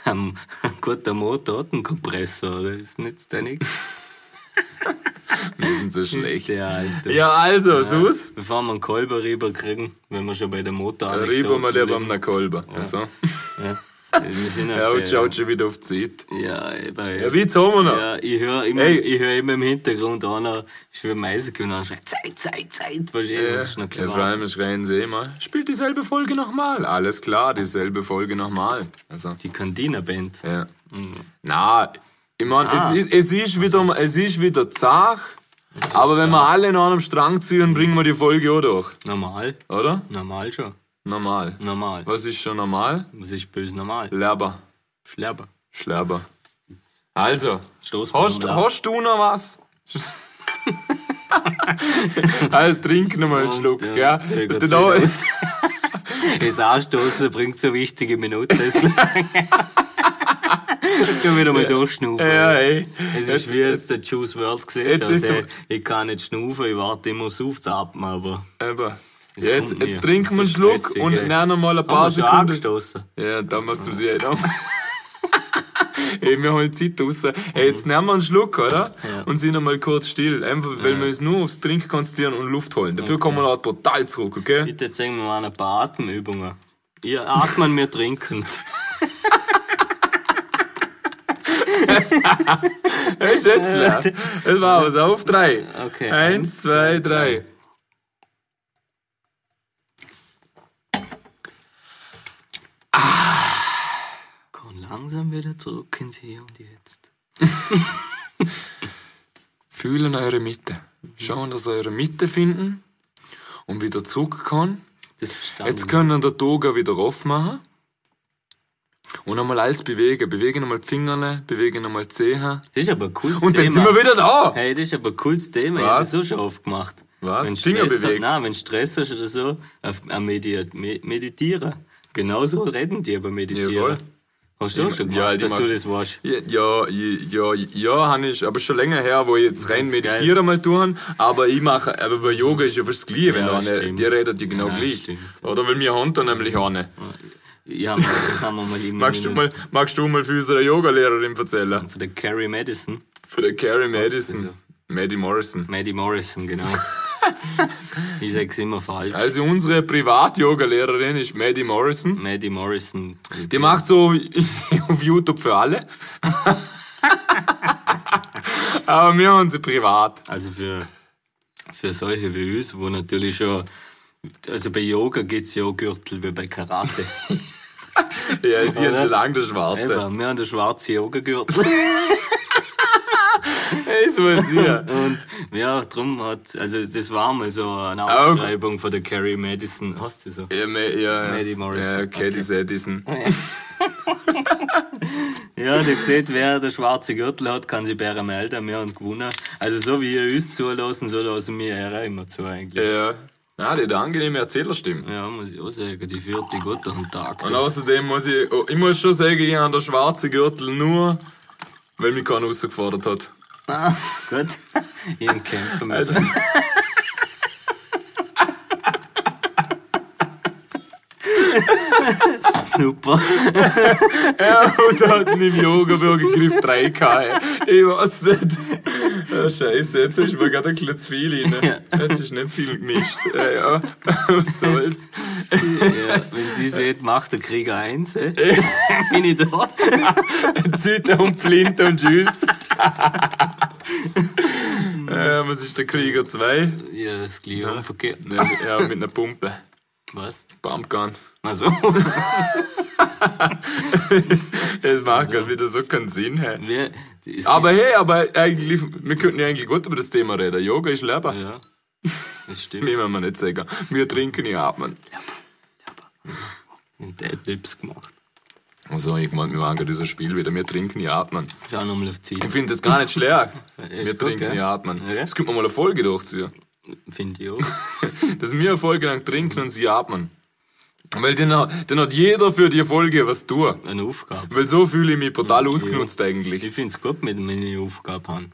ein, ein guter Motor hat einen Kompressor, oder? Das nützt ja nichts.
Die sind so schlecht.
Der alte.
Ja, also, Sus.
Bevor wir einen Kolber rüberkriegen, wenn wir schon bei der Motor
Rüber mal der beim Kolber. Also.
Ja. Wir sind
Ja, und
schon-
schaut schon wieder auf die Zeit.
Ja, eben.
Ja, wie haben wir noch?
Ja, ich höre immer,
Ey.
ich höre immer im Hintergrund einer schwimmen Eisenkühne und schreit Zeit, Zeit, Zeit, was ich
Ja,
ja. noch
ja,
klar.
vor allem schreien sie immer, spielt dieselbe Folge nochmal. Alles klar, dieselbe Folge nochmal. Also,
Die Cantina Band.
ja.
Mhm.
Na, ich meine,
Ah.
es, ist, es, ist
Also.
wieder, mal- es ist wieder zach, aber wenn wir alle nach einem Strang ziehen, bringen wir die Folge auch durch,
Normal,
oder?
normal schon.
Normal.
Normal.
Was ist schon normal?
Das ist böse normal.
Lerber.
Schlerber.
Schlerber. Also,
Stoß.
hast, hast du noch was? also trink nochmal einen
Und
Schluck,
der
gell?
zögert
Und dann-
sich aus. Das Anstoßen bringt so wichtige Minuten. Das Schon wieder mal durchschnaufen.
Ja, ey.
Es
Jetzt-
ist wie es der Juice World gesehen
jetzt
hat.
ist
ey.
so-
Ich kann nicht schnaufen, ich warte immer aufs Aufzuatmen, aber...
Aber jetzt,
kommt
jetzt,
mir.
trinken
Das
wir einen
ist
Schluck
stressig,
und
ey.
dann nochmal ein
Haben
paar
wir schon
Sekunden.
angestoßen?
Ja, dann machst du sie ja noch. Ey, wir holen Zeit raus. Ey, jetzt nehmen wir einen Schluck, oder? Und sind nochmal kurz still. Einfach, weil wir uns nur aufs Trinken konzentrieren und Luft holen. Dafür kommen wir auch total zurück, okay?
Bitte zeigen wir mal ein paar Atemübungen. Ihr atmen mir trinkend.
Ey, ist jetzt schlecht. Das war was. Auf drei.
Okay.
Eins, zwei, drei.
Komm langsam wieder zurück ins Hier und Jetzt.
Fühlen eure Mitte. Schauen, dass ihr eure Mitte finden und wieder zurückkommen.
Das verstanden.
Jetzt können der Toga wieder aufmachen. Und einmal alles bewegen. Bewegen einmal die Fingerle, bewegen einmal die Zehen.
das ist aber ein cooles
Und
Thema.
dann sind wir wieder da.
Hey, das ist aber ein cooles Thema. Ich
Was?
habe das so schon oft gemacht.
Was?
Wenn
Finger
Stress
bewegt?
Nein, wenn Stress hast oder so, auf- am Mediat- me- meditieren. Genauso reden die aber meditieren.
Ja, voll.
Hast du auch schon gemacht,
Ja, die
dass
mag-
du das warst?
Ja, ja, ja, ja, ja habe ich. Aber schon länger her, wo ich jetzt rein
Das ist
meditiere mal tun. Aber ich mache, aber bei Yoga ist ja fast das Gleiche, wenn
Ja,
du eine,
stimmt.
die redet ja genau
Ja,
gleich.
stimmt.
Oder weil wir haben da nämlich eine.
Ja, haben wir- haben wir mal immer
Magst du mal, magst du mal für unsere Yoga-Lehrerin erzählen?
Von der Carrie Madison.
Für die Carrie Madison. Maddie Morrison.
Maddie Morrison, genau. ich sag's immer falsch.
Also unsere Privat-Yoga-Lehrerin ist Maddie Morrison.
Maddie Morrison.
Die macht so auf YouTube für alle. Aber wir haben sie privat.
Also für, für solche wie uns, wo natürlich schon. Also bei Yoga gibt's ja auch Gürtel wie bei Karate.
Ja, sie hat
Oder?
schon lange der
Eben,
Schwarze.
wir haben den schwarzen Yoga-Gürtel.
Hey, so ist sie.
Und ja, drum hat. Also das war mal so eine Ausschreibung von der Carrie Madison. Hast du so?
Ja, Ma ja,
Maddie Morrison.
Ja, Katie Edison.
Ja, der seht, wer der schwarze Gürtel hat, kann sich bei ihr melden. Wir haben gewonnen. Also so wie ihr uns zulassen, so lassen wir ihr immer zu eigentlich.
Ja. Na, die hat eine angenehme Erzählerstimme.
Ja, muss ich auch sagen, die führt die gut durch den Tag.
Und außerdem muss ich, oh, ich muss schon sagen, ich habe den schwarzen Gürtel nur, weil mich keiner rausgefordert hat.
Ah, gut. Ich hab kämpfen müssen. Super.
Und da hat ihn im Yoga-Bürger Griff 3K. ey. Ich weiß nicht. Ah, scheiße, jetzt ist mir gerade ein bisschen zu viel rein. Jetzt ist nicht viel gemischt. Ja, ja. Was soll's?
Ja, wenn sie sieht, macht der Krieger eins, eh? bin ich da.
Zitter und Flinte und Tschüss. Ja, was ist der Krieger 2?
Ja, das gleiche ja. umverkehrt.
Ja, mit- ja, mit einer Pumpe.
Was?
Pumpgun.
Also,
Das macht gerade wieder so keinen Sinn. Hey.
wer, die ist
Aber hey, aber eigentlich, wir könnten ja eigentlich gut über das Thema reden. Yoga ist Leber.
Ja, das stimmt.
Mir wollen wir nicht sagen. Wir trinken, ich atmen.
Und Deadlips gemacht.
Also, ich meine, wir machen gerade unser Spiel wieder. Wir trinken, ja atmen.
Schau nochmal auf die
Ich
Zeit,
finde das gar nicht schlecht.
Ist
wir
gut,
trinken,
gell?
ja atmen.
Okay.
Das könnte man mal eine Folge durchziehen.
finde ich auch.
Dass wir eine Folge lang trinken und sie atmen. Weil dann, hat- dann hat jeder für die Folge was tun.
Eine Aufgabe.
Weil so fühle ich mich total ausgenutzt eigentlich.
Ich find's gut, mit wenn ich eine Aufgabe habe.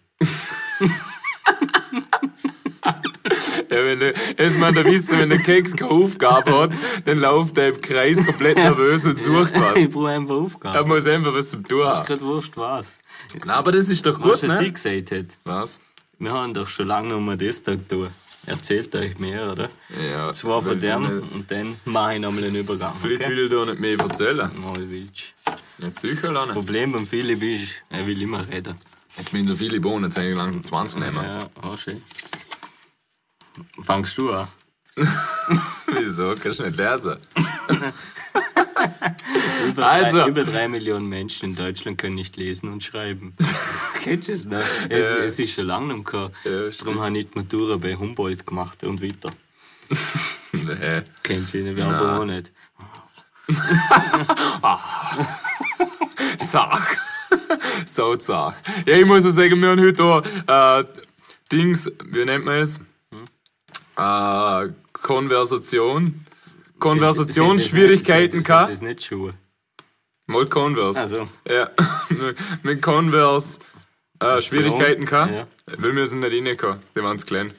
Ja, wenn der, jetzt mal der Wissen, wenn der Keks keine Aufgabe hat, dann läuft er im Kreis komplett nervös und sucht was.
Ich brauche einfach Aufgaben.
Er muss einfach was zum Tun
ist
haben.
gerade wurscht was.
Na, aber das ist doch gut,
Was was
ne?
ich gesagt hat.
Was?
Wir haben doch schon lange noch mal das da getan. Erzählt euch mehr, oder?
Ja.
Zwei von
will ich
denen
nicht-
und dann mache ich nochmal einen Übergang.
Vielleicht
Okay?
will ich da nicht mehr erzählen.
Mal willst.
Nicht sicher, Lanne.
Problem beim Philipp ist, er will immer reden.
Jetzt müssen wir viele Bohnen, jetzt eigentlich langsam 20 nehmen.
Ja, auch schön. Fangst du an?
Wieso? Kannst du nicht lesen?
Über,
Also.
drei, über drei Millionen Menschen in Deutschland können nicht lesen und schreiben. Kennst du es noch? Es,
Ja.
es ist schon lange nicht mehr.
Ja,
gehabt. Darum
stimmt.
habe ich die Matura bei Humboldt gemacht und weiter.
Nee.
Kennst du ihn? Wir haben aber auch nicht.
Zack. so zack. Ja, ich muss auch sagen, wir haben heute auch, äh, Dings, wie nennt man es? Äh, Konversation. Konversationsschwierigkeiten
gehabt? Das
gehabt.
ist nicht Also, Schuhe.
Mal Converse.
Ach so.
Ja. Mit Converse äh, Schwierigkeiten gehabt.
Ja.
Weil wir sind nicht reingekommen. Die waren zu klein.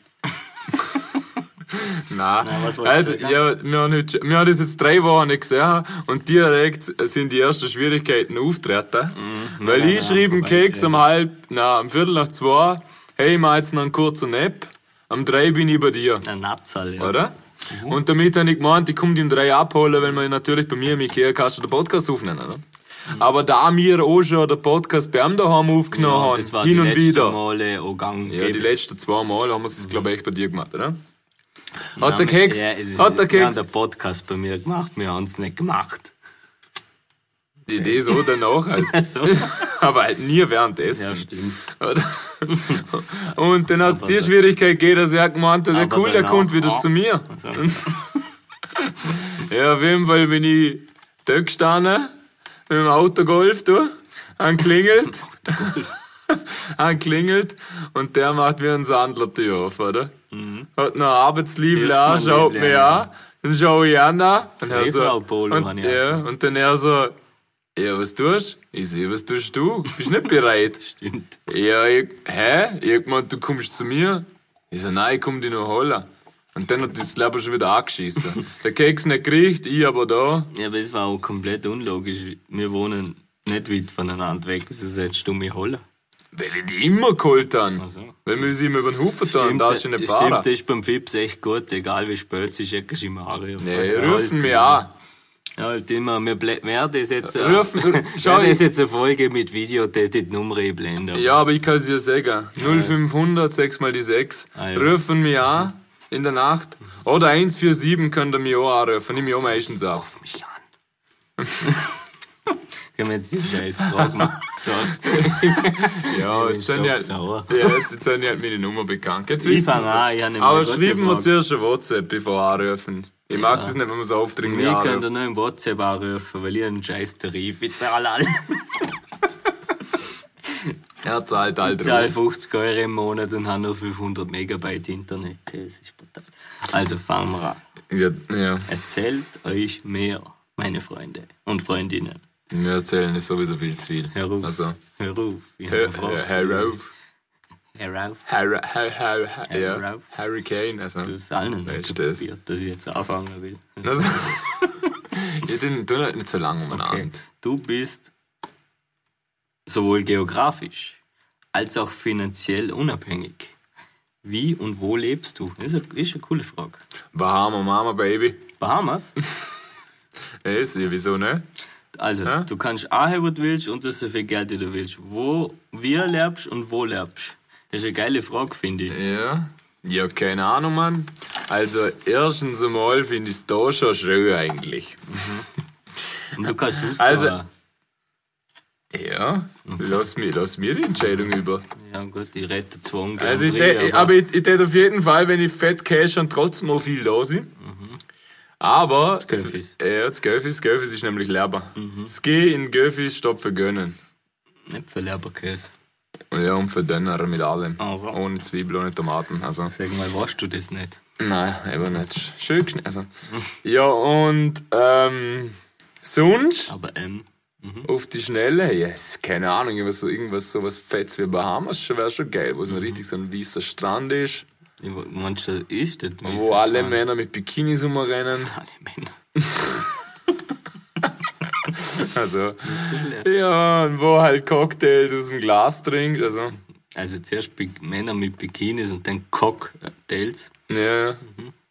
Na,
was wolltest
also,
du
ja, wir haben, heute, wir haben das jetzt drei Wochen nicht gesehen und direkt sind die ersten Schwierigkeiten auftreten.
Mhm.
weil
nein,
ich
nein,
schrieb im
vorbei,
Keks
ja.
um halb, na, um Viertel nach zwei, hey, ich mach jetzt noch einen kurzen Nap, am drei bin ich bei dir
Ein Natzal, ja.
oder? Und damit habe ich gemeint, ich komme die um drei abholen, weil man natürlich bei mir im Ikea kannst du den Podcast aufnehmen, ne?
Mhm.
Aber da wir auch schon den Podcast bei ihm daheim
Ja,
aufgenommen
das war
haben, hin
die
und
letzte
wieder.
Male auch gang.
Ja, die letzten zwei Mal haben wir es, glaube ich, echt bei dir gemacht, oder?
Ja,
Hat der Keks,
ja, es ist-
hat der
Wir haben
Keks,
den Podcast bei mir gemacht, wir haben es nicht gemacht.
die Idee so danach halt.
So.
Aber halt nie währenddessen.
Also, Ja, stimmt.
Oder? Und dann hat es die Schwierigkeit gegeben, dass er gemeint hat, der
Aber
cool, der
danach
kommt wieder
auch.
zu mir.
Also,
Ja, auf jeden Fall bin ich da gestanden, mit dem Autogolf, du, anklingelt. anklingelt und der macht mir einen Sandlertür auf, oder?
Mhm.
Hat noch Arbeitsliebe
Erstmal
an, schaut
Liebling,
mich
ja.
an, dann schau ich an, dann er
Frau
so,
Polo hab
und,
ich
ja, und dann er so, ja, was tust? Ich sehe, was tust du? Bist nicht bereit?
stimmt.
Ja, ich, hä? Ich hab gemeint, du kommst zu mir? Ich so, nein, ich komm dich noch holen. Und dann hat das Leben schon wieder angeschissen. Der Keks nicht gekriegt, ich aber da.
Ja, aber es war auch komplett unlogisch. Wir wohnen nicht weit voneinander weg. Wieso sollst du mich holen?
Weil ich die immer geholt
Ach
habe.
so.
Weil wir sie immer über den Haufen tun, da ist schon nicht
stimmt,
fahren.
das ist beim Fips echt gut. Egal wie spät es ist, checkst du immer an.
Ja, die rufen mich an.
Ja, halt immer. Wir blä- wer das jetzt... äh,
Rufen- schau,
wer das
ich-
jetzt eine Folge mit Video, der die Nummer eh einblenden.
Ja, aber ich kann es dir sagen. 0500, 6 mal die 6.
Ah, ja.
Rufen mich an in der Nacht. Oder 147 könnt ihr mich auch anrufen. Ich mich auch meistens an.
Ruf mich an. Können wir jetzt die scheiß Frage machen? So.
Ja, jetzt sind
stock
die halt,
sauer.
ja, jetzt, jetzt sind die halt meine Nummer bekannt. Jetzt
Ich
wissen's.
fang an, ich hab nicht mehr
Aber
gut
schreiben wir
gefragt.
zuerst ein WhatsApp, bevor wir anrufen. Ich mag das nicht, wenn man so aufdringlich
Ich könnte
anruft.
nur im WhatsApp anrufen, weil ich einen scheiß Tarif. Ich zahle alle.
Er zahlt halt
Ich zahle
drauf.
50 Euro im Monat und habe nur 500 Megabyte Internet. Das ist brutal. Also fangen wir an.
Ja, ja,
Erzählt euch mehr, meine Freunde und Freundinnen.
wir erzählen ist sowieso viel zu viel.
Herauf.
Also,
Herauf. Ich habe eine Frage.
Herauf.
Herauf.
Herauf.
Herauf.
Hurricane, also.
Das ist allen
Wer ist
nicht
das?
kapiert, dass ich jetzt anfangen will.
also ich den tun halt nicht so lange um den
Okay.
Abend.
Du bist sowohl geografisch als auch finanziell unabhängig. Wie und wo lebst du? Das ist eine, ist eine coole Frage.
Bahama Mama Baby.
Bahamas?
Ja, Ist ja wieso, ne?
Also, du kannst anhören, was du willst und das so viel Geld, wie du willst. Wo, wie lebst und wo lebst? Das ist eine geile Frage, finde ich.
Ja. Ja, keine Ahnung, Mann. Also, erstens einmal finde ich es da schon schön eigentlich.
Und du kannst es
Also-
sagen.
Ja, lass mir, lass mir die Entscheidung über.
Ja, gut, ich rette zwar ungern.
Also, ich
drüber,
tät, aber ich, ich tät auf jeden Fall, wenn ich fett cash und trotzdem auch viel da sind. Aber. Das
Göffis.
Ja, das Göffis, Göffis ist nämlich leerbar. Das Geh in Göffis stopp für gönnen.
Nicht für Leberkäse.
Ja, und für Döner mit allem.
Also.
Ohne Zwiebel, ohne Tomaten. Also.
Sag mal, weißt du das nicht?
Nein, eben nicht. Schön geschnitten. Also. Ja, und ähm, sonst
Aber ähm,
auf die Schnelle, yes, keine Ahnung, irgendwas, so, irgendwas sowas Fettes wie Bahamas wäre schon geil, wo es ein richtig so ein weißer Strand ist.
Ich wo- Meinst du, das ist das?
Wo alle Männer mit Bikinis umrennen.
Alle Männer.
Also, ja, und wo halt Cocktails aus dem Glas trinkt. Also,
Also zuerst Bi Männer mit Bikinis und dann Cocktails.
ja, ja.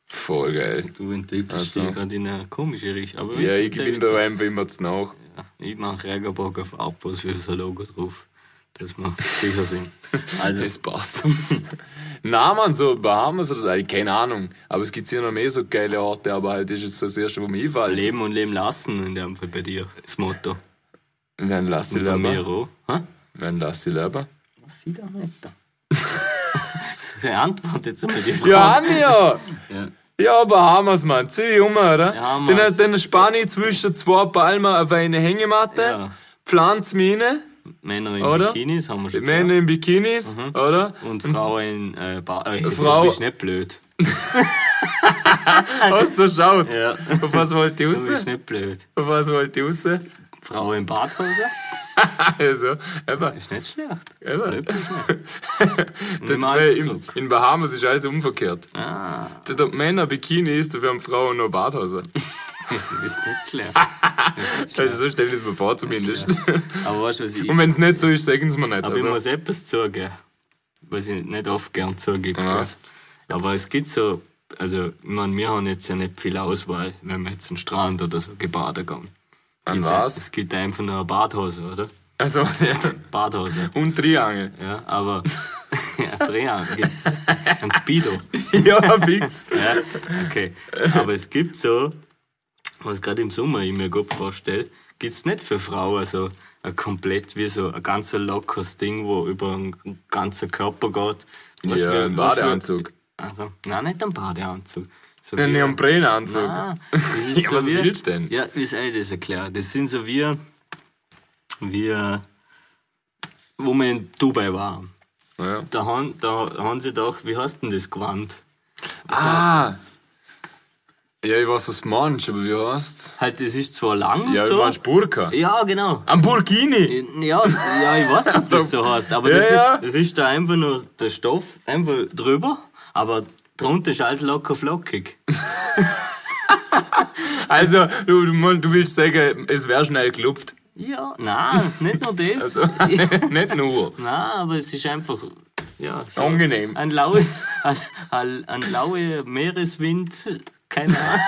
voll geil.
Du entwickelst
so.
dich gerade in eine komische Richtung. Aber
Also. Ja, ich bin da einfach immer zu nach.
Ja, ich mache Ärgerbock auf Outpost für so ein Logo drauf, dass wir sicher sind.
Es
Also,
passt. Na man, so Bahamas oder so, ich- keine Ahnung. Aber es gibt hier noch mehr so geile Orte, aber halt ist jetzt so das erste, wo mir einfällt.
leben und leben lassen in dem Fall bei dir, das Motto.
Dann lass sie
Und bei mir
leben.
auch. Hä?
Dann lass sie leben.
Was sieht er nicht da? so Antwort jetzt mal die Frage.
Ja, Anja!
Ja.
Ja, Bahamas, Mann. Zieh um, oder?
Ja,
den
Mann.
den spann ich zwischen zwei Palmen auf eine Hängematte,
Ja.
pflanz mich rein,
Männer in
Oder?
Bikinis haben wir schon
Männer in Bikinis,
Mhm.
oder?
gehört. Und Frauen in äh, ba äh,
Frau-
Du bist nicht blöd.
Hast du geschaut?
Ja.
Auf was wollt ihr
Du bist
raus?
nicht blöd.
Auf was wollt ihr raus?
Frauen in Badhose?
Also, aber,
Ist nicht schlecht.
aber.
Blöd.
Das,
mal
weil
alles
im,
zurück. Ah.
in Bahamas ist alles umverkehrt. Da da Männer Bikini ist, dafür haben Frauen nur Badhäuser.
Ist nicht schlecht.
Also so stelle ich es mir vor zumindest.
Aber weißt du, was ich.
Und wenn es nicht so ist, sagen sie mir nicht.
Aber ich
Also,
muss etwas zugeben, was ich nicht oft gern zugebe. gell. Aber es gibt so, also ich meine, wir haben jetzt ja nicht viel Auswahl, wenn wir jetzt einen Strand oder so gebadet gehen.
an
Gibt ein-
was?
Es gibt einfach nur eine Badhose, oder?
Also, ja.
Badhose,
Und Triangel.
ja, aber ja, Drehan, gibt's ein Speedo.
Ja, fix.
Ja, okay. Aber es gibt so, was gerade im Sommer ich mir gut vorstelle, gibt's nicht für Frauen so ein komplett wie so ein ganz lockeres Ding, wo über den ganzen Körper geht. Was
Ja,
für-
ein
was für-
Badeanzug.
Also, nein, nicht ein Badeanzug. So
Ein
wie-
Neoprenanzug.
Ah, das ist
Ja,
so
was
wie-
willst du denn?
Ja, wie soll ich das erklären? Das sind so wir, wir, wo wir in Dubai waren.
Ja.
Da haben, da haben sie doch, wie heißt denn das Gewand?
Ah! Ja, ich weiß, was du meinst, aber wie heißt's?
Halt, das ist zwar lang
Ja,
und
du
so.
meinst Burka.
Ja, genau.
Am Burkini!
Ja, ja, ich weiß nicht, ob das so heißt, aber
Ja,
das,
ja.
Ist, das ist da einfach nur der Stoff einfach drüber, aber drunter ist alles locker flockig.
Also, du, du, mein- du willst sagen, es wäre schnell gelupft.
Ja, nein, nicht nur das.
So, nicht nur.
Nein, aber es ist einfach ja, so
Angenehm.
ein laues, ein, ein, ein lauer Meereswind, keine Ahnung.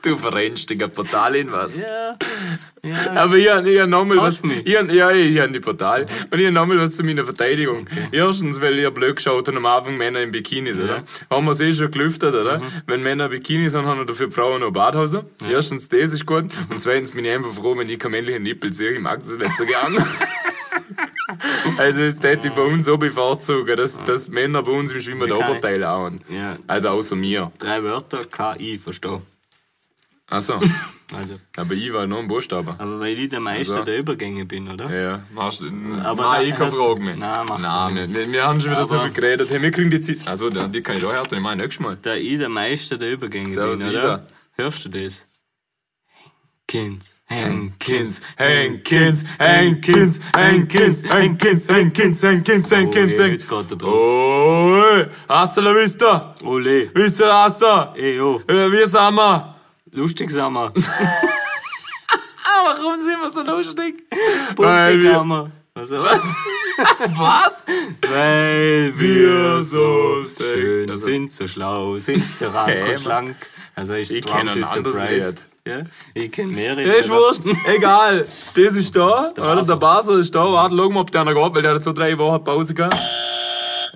Du verrennst dich total in was.
Ja,
Aber ich hab, ich hab nochmal was.
Hast mich?
Ich hab, ja, ich hab die Portal. Und ich hab nochmal was zu meiner Verteidigung. Erstens, weil ich ja blöd geschaut habe am Anfang Männer in Bikinis, oder? Haben wir es eh schon gelüftet,
Mhm.
oder? Wenn Männer Bikinis haben, haben dafür die Frauen noch Badhäuser. Erstens, das ist gut. Und zweitens bin ich einfach froh, wenn ich keine männlichen Nippel sehe. Ich mag das nicht so gern. Also, es hätte ich bei uns so bevorzugen, dass, dass Männer bei uns im Schwimmbad
Kann ich-
Oberteil haben.
Ja.
Also, außer mir.
drei Wörter, KI, verstehe.
Achso.
Also,
Aber ich war noch ein Buchstabe.
aber weil ich der Meister
Also.
der Übergänge bin, oder?
Ja. Machst,
Aber
aber
da-
nein, ich kann
das-
fragen mehr.
Nein, mach
nein, wir, wir haben schon wieder so
Aber-
viel geredet. Hey, wir kriegen die Zeit. Also, die die kann ich auch härter, ich meine, nächstes Mal.
Da ich der Meister der Übergänge
Servus,
bin,
Ida.
oder? Hörst du das? Henkins, Henkins,
Henkins, Henkins, Henkins, Henkins, Henkins, Henkins, Henkins,
Henkins.
Henkins.
geht da drauf.
Oh, hasta la vista.
Ole,
Vista la hasta.
ey, oh. jo,
Äh, Wir sind wir.
lustig sind wir.
Ah, Warum sind wir so lustig? Weil
Bunte
wir-
Kammer. Also, was?
Was?
Weil
wir
wir
so
so
sexy-
schön
also-
sind, so schlau, sind so rank
Hey, Mann.
und schlank. Also ich,
Ich
Trump
kenn ein
ist
anderes
surprised. Ja, ich kenne mehrere.
Ja, Ist
aber-
wurscht, egal. Das ist da,
Der
oder?
Basel.
Der Basel ist da. Warte, schauen wir mal, ob der noch geht, weil der hat so drei Wochen Pause gehabt.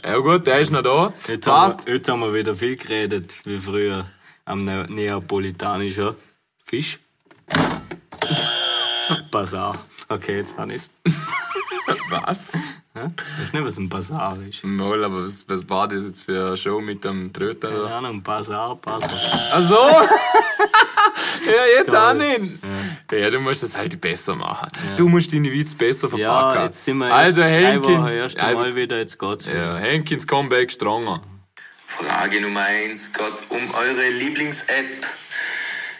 Ja gut, der ist noch da.
Heute haben,
Passt.
wir, heute haben wir wieder viel geredet, wie früher am ne neapolitanischen Fisch. Bazar. Okay, jetzt habe ich
Was?
Weißt du nicht, was ein Bazar ist?
Moll, aber was, was war das jetzt für eine Show mit dem Tröter?
Keine Ahnung, Bazar, Bazar.
Ach so! ja, jetzt an ihn. Ja. du musst das halt besser machen. Du musst deine Witz besser verpacken.
Ja, jetzt sind wir
also,
jetzt drei Wochen
Henkins.
erst
Also,
einmal wieder, jetzt geht's wieder.
ja, Henkins Comeback stronger.
Frage Nummer eins Gott, um eure Lieblings-App.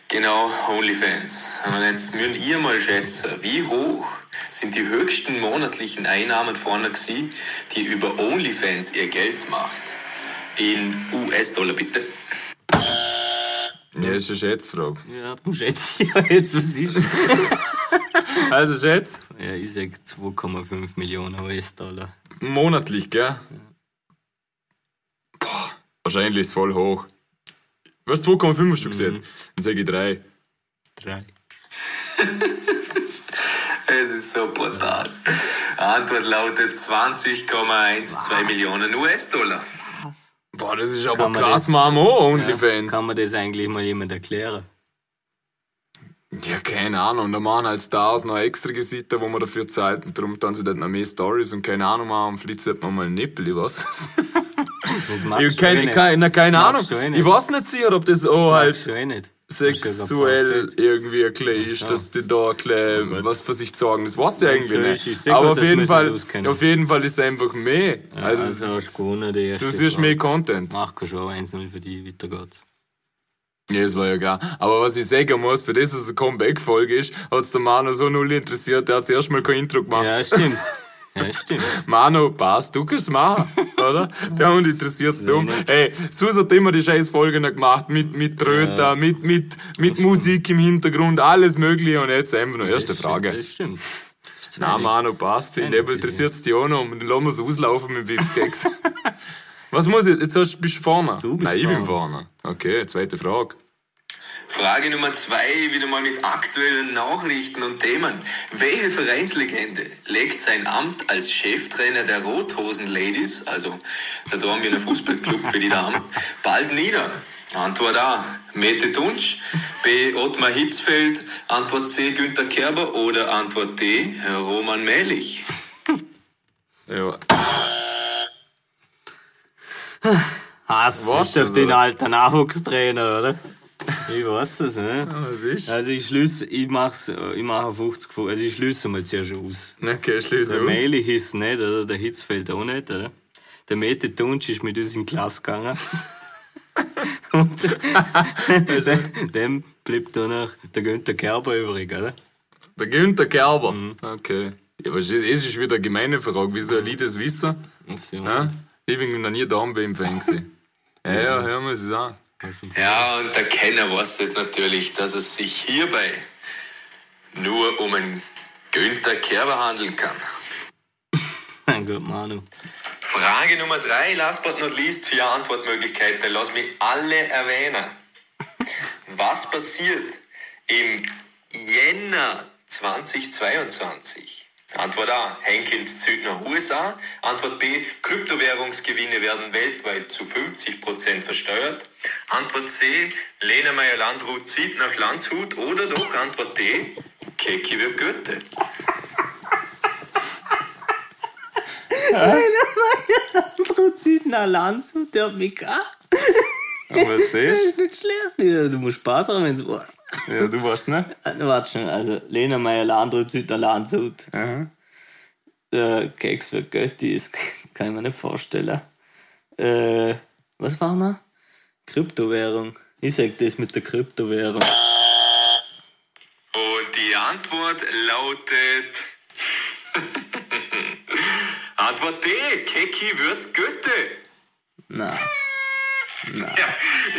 Genau, OnlyFans. Und jetzt müsst ihr mal schätzen, wie hoch sind die höchsten monatlichen Einnahmen von einer gewesen, die über OnlyFans ihr Geld macht? In US-Dollar bitte.
Ja, ist eine Schätzfrage.
Ja, du schätzt ja jetzt, was ist?
Also, Schätz,
Ja, ich sag 2,5 Millionen US-Dollar.
monatlich, gell? Boah, wahrscheinlich ist voll hoch. Was, 2,5
Mhm.
hast du gesagt? Dann sage ich 3.
Drei.
Es ist so brutal. Antwort lautet 20,12 Millionen US-Dollar.
Boah, das ist aber
man
krass,
das-
Mama,
Ja,
Onlyfans.
kann man das eigentlich mal jemand erklären?
Ja, keine Ahnung. Da machen halt Stars noch extra Gesichter, wo man dafür zahlt. Und darum dann sie dort noch mehr Stories und keine Ahnung haben. Und flitzt hat man mal einen Nippel, ich weiß
Das
Ich
magst du eh
keine,
nicht.
keine, keine
Das
Ahnung.
magst du eh nicht.
Ich weiß nicht sicher, ob das auch
Magst
halt
du eh nicht. eh
sexuell irgendwie ein bisschen ist,
so.
dass die da ein bisschen was für sich sorgen. Das weiß ich
so
irgendwie
ist, ich
nicht.
seh
Aber
gut,
auf
dass wir
jeden,
uns
Fall,
nicht auskennen.
auf jeden Fall ist es einfach mehr.
Also,
also,
also hast du gewonnen, die erste
du siehst
Frage.
mehr Content.
Mach schon 1-0 für dich, weiter geht's.
Ja, das war ja klar. Aber was ich sagen muss, für das, dass es eine Comeback-Folge ist, hat es der Manu so null interessiert, der hat zuerst mal kein Intro gemacht.
Ja, stimmt. Ja, stimmt.
Manu, passt, du kannst machen, oder? Der Hund interessiert's dumm. Ey, Sus hat immer die scheiß Folgen noch gemacht, mit, mit Tröter, mit, mit, mit Musik im Hintergrund, alles mögliche und jetzt einfach nur erste
Das stimmt,
Frage.
Das stimmt. Das ist
Na,
zwei-
Manu, passt, in
Nein,
dem
das ist-
interessiert's dich auch noch und dann lassen wir's auslaufen mit Wipskeks. Was muss ich, jetzt hast, bist du vorne?
Du bist
Nein, ich bin
vorne.
vorne. Okay, zweite Frage.
Frage Nummer zwei, wieder mal mit aktuellen Nachrichten und Themen. Welche Vereinslegende legt sein Amt als Cheftrainer der Rothosen-Ladies, also da haben wir einen Fußballclub für die Damen, bald nieder? Antwort A, Mete Tunsch. B, Ottmar Hitzfeld. Antwort C, Günter Kerber. Oder Antwort D, Roman Mählich.
Ja.
Hass,
Was
ist auf
ist
den
das?
alten Nachwuchstrainer, oder? Ich weiß es, ne?
Was ist?
Also ich schlüsse, ich mach's, äh, ich mache 50 Fu- also ich schlüsse mal zuerst aus.
Okay, schließe
Der
aus.
Meili hieß nicht, oder? Der Hitzfeld auch nicht, oder? Der Mete Tunsch ist mit uns in die Klasse gegangen. Und dem- dem bleibt danach der Günther Kerber übrig, oder?
Der Günther Gerber.
Mhm.
Okay. Ja, aber es ist, es ist wieder eine gemeine Frage. Wieso ein Lied das wissen?
Ja.
Ja? Ich bin noch nie daheim bei ihm Fan gewesen. Ja, ja, hören wir es an.
Ja, und der Kenner weiß das natürlich, dass es sich hierbei nur um einen Günther Kerber handeln kann.
Mein Gott, Manu.
Frage Nummer drei, last but not least, vier Antwortmöglichkeiten. Lass mich alle erwähnen. Was passiert im Jänner 2022? Antwort A. Henkins zieht nach USA. Antwort B. Kryptowährungsgewinne werden weltweit zu 50% versteuert. Antwort C. Lena Meyer-Landrut zieht nach Landshut. Oder doch Antwort D. Keki wird Goethe.
Prozit nach Landshut, der hat mich gar
Aber siehst
nicht schlecht. Ja, du musst Spaß haben, wenn's war.
du? Ja, du weißt, ne?
Warte schon, also Lena Meyer Landrut, Südner Landshut. Äh, Keks für Götti, das kann ich mir nicht vorstellen. Äh, was war noch? Kryptowährung. Ich sag das mit der Kryptowährung.
Und die Antwort lautet. Antwort D. Keki wird Goethe.
Nein.
Ja,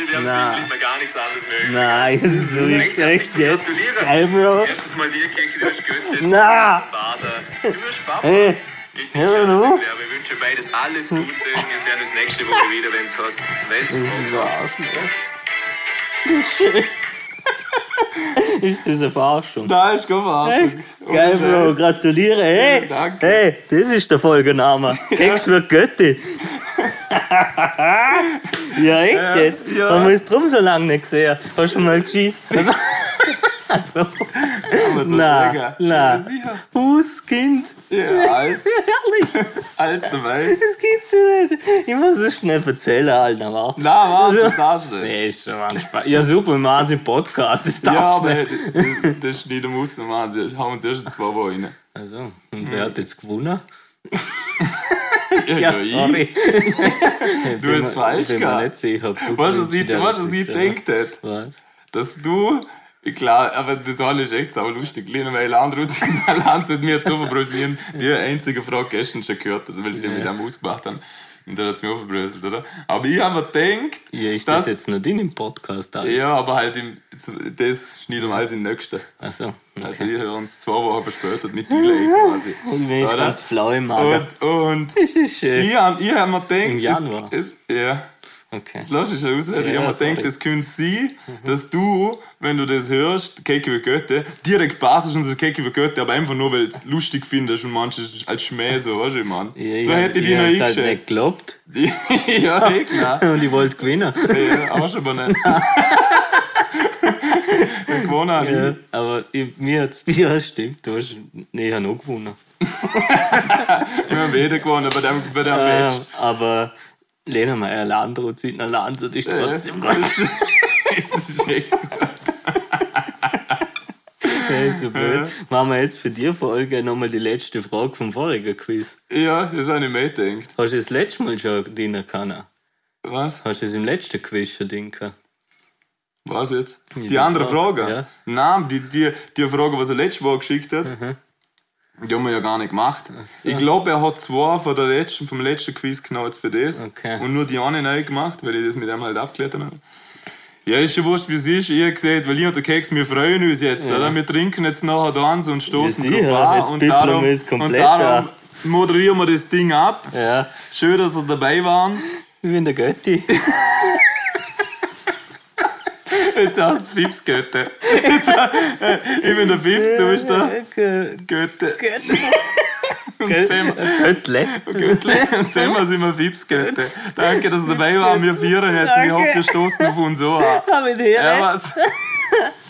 die haben
Na.
sicherlich mal gar nichts anderes mögen.
Nein, das ist so
Recht
nicht
herzlich
echt
zu
jetzt.
gratulieren.
Geil, Bro.
Erstens mal dir, Keki, du bist Goethe. Jetzt
Na. äh.
Bader. Du bist Papa.
Hey,
Ich
hör mal auf.
wünsche beides alles Gute. Wir sehen uns nächste Woche wieder, wenn es hast. Wenn's
Ist das eine Verarschung?
Da ist gewartet.
Geil, Bro, gratuliere. Hey,
danke.
hey, das ist der Folgename. Keks für Götti. ja, echt jetzt?
ja.
Haben wir es drum so lange nicht gesehen? Hast du mal geschissen? Also, also, na, na. Huskind.
Ja, als,
Herrlich,
als dabei.
das gibt's ja nicht. Ich muss es schnell erzählen, Alter. Warte.
Na, warte,
Also-
das ist
Nee, ist schon ein Spaß. Ja, super, wir machen den Podcast. Das
Ja,
darf's
aber
nicht.
das, das ist nicht am Aussen, machen sie. Hauen sie erst in zwei Wochen rein.
Also, und wer hat jetzt gewonnen?
Ja,
Ja,
ja, ich.
sorry.
Du hast falsch
Bin mir
gehabt.
nicht sicher, ob du
Weißt du, was
gewinnst,
ich-
der
weißt du, was
das
ich
ist,
denkt
aber-
hätte?
halt,
Was?
dass du, klar, aber das alles ist echt sau lustig. Lena Meiland rutscht
also,
Lanz mit mir zu verbrüsseln. Die einzige Frage gestern schon gehört, hat, weil sie mit dem ausgemacht haben.
Und dann hat's mich aufgebröselt, oder? Aber ich habe mir gedacht,
Ja, ist das,
dass-
jetzt noch in im Podcast? Alles?
ja, aber halt im, das schneiden wir alles in den nächsten.
Also,
Also ich höre uns zwei Wochen verspätet mit Delay quasi.
und wenn ich
Oder?
ganz flau im Magen.
Und, und
Das ist schön.
ich habe hab mir gedacht,
Im Januar.
Es, es, ja,
Okay.
das lass ich schon ausreden.
Ja,
ich habe mir
sorry.
gedacht, es könnte sein, dass du, wenn du das hörst, Keke wie Götte, direkt basest und so Keke wie Götte, aber einfach nur, weil du es lustig findest und manches als Schmäh so, weißt du, ich mein.
Ja,
so
ja,
hätte ich dich
ja,
noch
hab's halt
eingeschätzt.
nicht geglaubt.
ja, eh klar.
Und ich wollte gewinnen.
Ja, auch schon mal nicht. Der gewonnen hat
Ja, aber ich, mir hat's ja, stimmt, du hast nee, ich hab noch gewonnen.
ich. Wir haben weder gewonnen bei dem, bei dem Match.
Ähm, aber Lena Meyer Landro zieht eine Lanze, die ist trotzdem gut.
Das ist echt.
Okay, so blöd. Machen wir jetzt für die Folge nochmal die letzte Frage vom vorigen Quiz.
Ja, das habe ich mir auch gedacht.
Hast du das letzte Mal schon dienen können?
Was?
Hast du es im letzten Quiz schon dienen können?
Was jetzt?
die
Die andere
Frage,
Frage?
ja.
Nein, die, die, die Frage, was er letztes Mal geschickt hat,
Mhm.
die haben wir ja gar nicht gemacht. Ich glaube, er hat zwei von der letzten, vom letzten Quiz genau jetzt für das.
Okay.
Und nur die eine neu gemacht, weil ich das mit ihm halt abgeklärt habe. Ja, ist schon wurscht, wie es ist. Ich hab gesagt, weil ich und der Keks, wir freuen uns jetzt, oder? Wir trinken jetzt nachher da eins und stoßen
Ja, sicher, jetzt
Und
bippeln
darum,
wir es
und
komplett an.
darum moderieren wir das Ding ab.
Ja,
Schön, dass ihr dabei waren.
ich bin der Götti.
Jetzt hast du Fips Götte. Jetzt, äh, ich bin der Fips, du bist der
Gö-
Götte.
Gö-
Sam.
Göttle.
Göttli und Zemmer sind wir Fips Götte. Danke, dass ihr dabei waren. Wir vieren jetzt. Ich hoffe, wir stoßen auf uns so an.
Hab ich dir
Ja,
recht?
was?